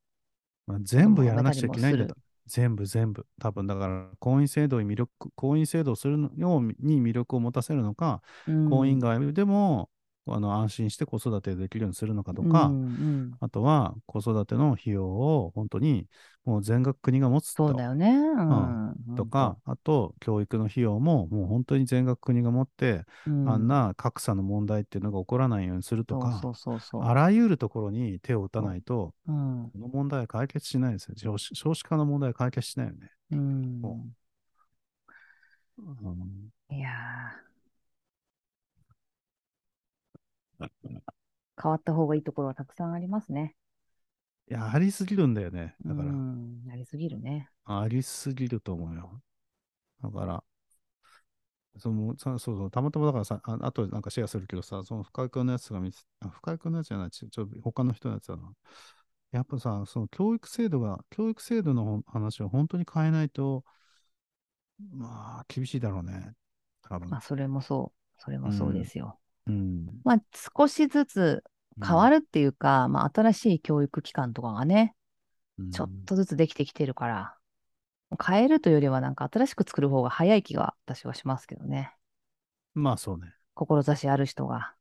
まあ、全部やらなくちゃいけないん
子供がいた
だ
りも
と。全部、全部。多分、だから、婚姻制度に魅力、婚姻制度をするのに魅力を持たせるのか、
うん
婚姻外でも、あの安心して子育てできるようにするのかとか、
うんうん
あとは子育ての費用を本当にもう全額国が持つと
そうだよね。うん。
とか、あと教育の費用ももう本当に全額国が持って、
本当、
あんな格差の問題っていうのが起こらないようにする
う
と
ん
か、
そうそうそうそう。
あらゆるところに手を打たないと、
うん。
この問題は解決しないですよ。少子少子化の問題は解決しないよね。
うん
そうん
いやー変わった方がいいところはたくさんありますね。
いや、ありすぎるんだよね。だから、
うん、なりすぎるね。
ありすぎると思うよ。だから、そのさそうそう、たまたまだからさ、ああとなんかシェアするけどさ、その深井君のやつが見つ、あ深井君のやつじゃない、ちちょ他の人のやつだな。やっぱさ、その教育制度が、教育制度のほん話を本当に変えないと、まあ、厳しいだろうね。多分
まあ、。それもそう。それもそうですよ。
うん。
まあ、少しずつ変わ
る、
るっていうか、まあ、新しい教育機関とかがね、
うん
ちょっとずつできてきてるから、変えるというよりは、なんか新しく作る方が早い気が私はしますけどね。
まあ、そうね。
志ある人が。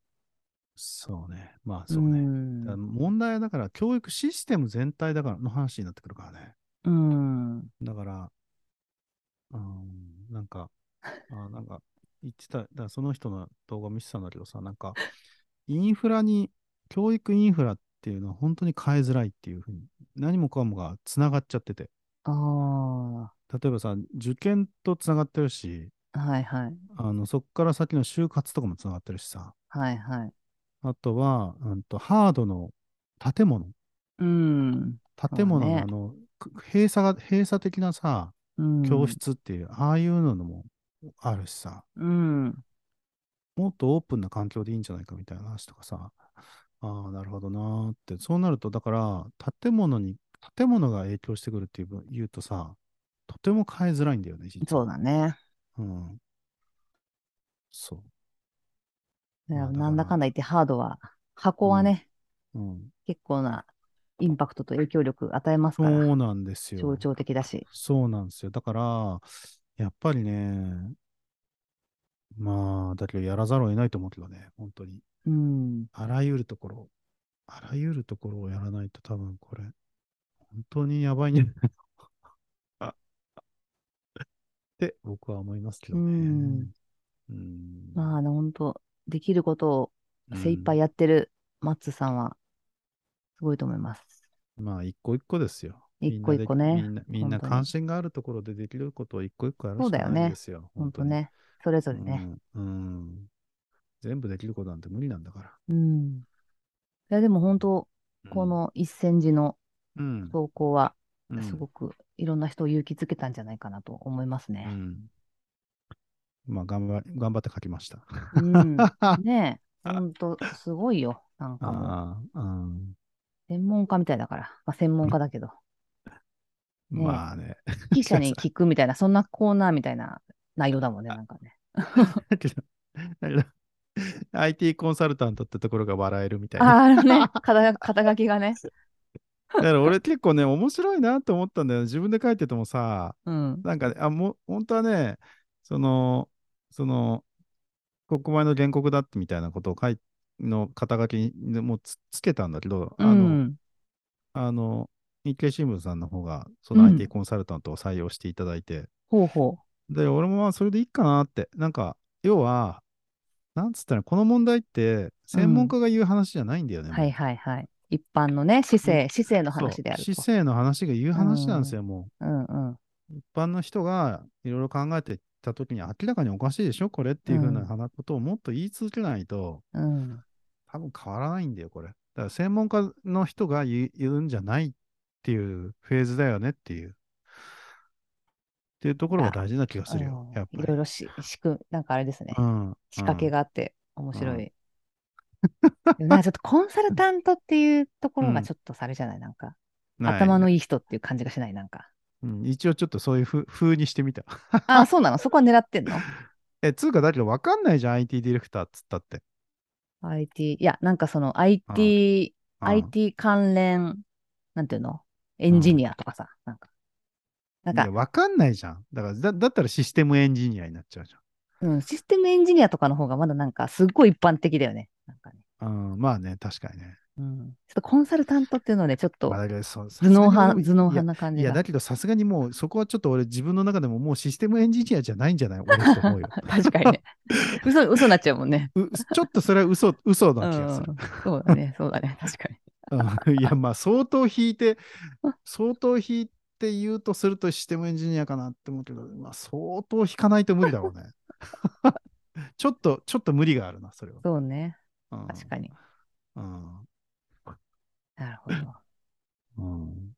そうね。まあ、そうね。だから
ね。
問題はだから、教育システム全体だからの話になってくるからね。
うん。
だから、うん、なんか、あなんか、言ってた、だからその人の動画見てたんだけどさ、なん か、インフラに、教育インフラっていうのは本当に変えづらいっていうふうに何もかもがつながっちゃってて、
ああ。
例えばさ、受験とつながってるし、
はいはい。
あのそこから先の就活とかもつながってるしさ、
はいはい。
あとは、うん、とハードの建物、
うん。
建物
そう
の
ね
あの、く閉鎖が、閉鎖的なさ、
うん
教。室っていう、ああいうのもあるしさ、
うん。
もっとオープンな環境でいいんじゃないかみたいな話とかさ、ああ、なるほどなーって、そうなると、だから、建物に、建物が影響してくるっていう分言うとさ、とても変えづらいんだよね、実は
そうだね。
うん。そまあだから
なんだかんだ言ってハードは、箱はね、
う。うん。
結構なインパクトと影響力与えます
そ
から、
うなんですよ。
象徴的だし。
そうなんですよ。だから、やっぱりね、まあ、だけどやらざるを得ないと思うけどね、本当に。
うん。
あらゆるところ、あらゆるところをやらないと多分これ、本当にやばいんじゃ ないのって僕は思いますけどね。うん。
まあ、ね、本当できることを精一杯
や、
やってるマッツさんは、すごいと思います。
まあ、一個一個ですよ。
一個一個
み
ね。
んなでみんなみん
本
な
当に
関心があるところでできることを一個一個やるし
そうだ
か
よね
ないんですよ。
本当。ね。それぞれね。
うん。うん全部できることなんて無理なんだから。
うん。いや、でも本当、この一戦時の
うん、
投稿は、
うん、
すごくいろんな人を勇気づけたんじゃないかなと思います
う
ね。
ん。まあ、頑張り頑張って書きました。
うん。ねえ、ほんと、すごいよ。なんかもう、
ああ、うん。
専門家みたいだから。まあ、専門家だけど。ね
まあね。
記者に聞くみたいな、そんなコーナーみたいな内容だもんね、なんかね。
だけど、だけど IT コンサルタントってところが笑えるみたいな。
ああ、あのね、肩肩書きが ね。
だから俺結構ね、面白いなと思ったんだよね。自分で書いててもさ、
うん。
なんかね、あ、もう、本当はね、その、その、国前の原告だってみたいなことを書いの肩書きにもうつつけたんだけど、
う
あの、
ん。
あの、日経新聞さんの方が、その
うん
IT コンサルタントを採用していただいて、
ほうほ
で、俺もまあそれでいいかなって、なんか、要は、なんつったら、この問題って、専門家が言う話じゃないんだよ
う。
ね。もう
はいはいはい。一般のね、市政、市政の話である
そう市
と。
政の話が言う話なんですよ、も
うんうん。
う。一般の人がいろいろ考えてたときに、明らかにおかしいでしょ、これっていうふう
うん
な話ことをもっと言い続けないと、
うん。
多分変わらないんだよ、これ。だから、専門家の人が言う言うんじゃないっていうフェーズだよねっていう。っていうところが大事な気がするよ
う、ん
やっぱ
いろい
り。
ろし仕組み、なんかあれですね。
うん
仕掛けがあって面白
うん
い。でもなんかちょっとコンサルタントっていうところが
うん
ちょっとされじゃない、なんか。
うんない
頭のいい人っていう感じがしない、なんか。
うん、一応ちょっとそういうふう風にしてみた。
あ、そうなのそこは狙ってんの
え、つうか、だけど分かんないじゃん、IT ディレクターっつったって。
?IT、いや、なんかその IT、
うん
IT 関連、なんていうのエンジニアとかさ、なんか。なん
いや
か、
分かんないじゃん。だからだ、だったらシステムエンジニアになっちゃうじ
うん、システムエンジニアとかの方がまだなんかすっごい一般的だよね。なんかね。
ゃん。うん、まあね、確かにね。
うん。ちょっとコンサルタントっていうのはね、ちょっと
まあ、だけどそう
頭脳
さすが
派、
に
頭脳派な感
い
じ
や、
が。
だ。けどさすがにもう、そこはちょっと俺、自分の中でももうシステムエンジニアじゃないんじゃない俺と思う よ
確かにね。嘘、嘘になっちゃうもんね。
う ちょっとそれは嘘、嘘な気がす
う
る
ん。そうだね、そうだね、 確かに。
うんい や、まあ、相当引いて、相当引いて言うとするとシステムエンジニアかなって思うけど、まあ、相当引かないと無理だろうね。 ちょっと、ちょっと無理があるな、それは。
そうね、
うん
確かに。
うん
なるほど。
うん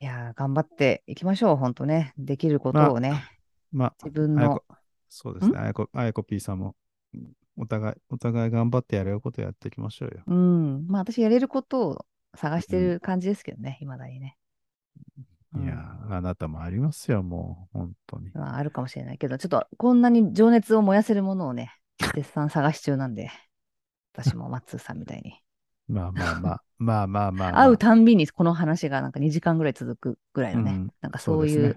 いやー、頑張っていきましょう、本当ね。できることをね、
ま
自分
あや
の
こ、そうですね、あやこ、あやこ P さんも、うんお互い、お互い頑張ってやれることやっていきましょうよ。
うん、まあ私やれることを探して
うん
る感じですけどね、いまだにね。うん
いやー、あなたもありますよ、もう、本当に。
まあ、あるかもしれないけど、ちょっとこんなに情熱を燃やせるものをね、絶賛探し中なんで、私も松さんみたいに。
まあまあまあ、まあまあま あまあ。
会うたんびにこの話がなんか2時間ぐらい続くぐらいのね、
うん
なんかそうい
そう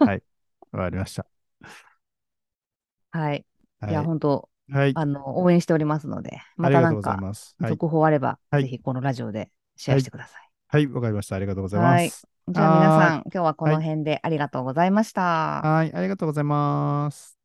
う、はい、わかりました。
はい。
はい
や、本当
い、はい、
あの、応援しておりますので、ま
あり
た
が
な
とうんござい
か、
ます。はい、
続報あれば、
はい
ぜひこのラジオでシェアしてください。
はい、わかりました。ありがとうござい
は
ま
い
す。
じゃあ皆
は
さん、今日はこの辺でありがとうございました。
はい、ありがとうございます。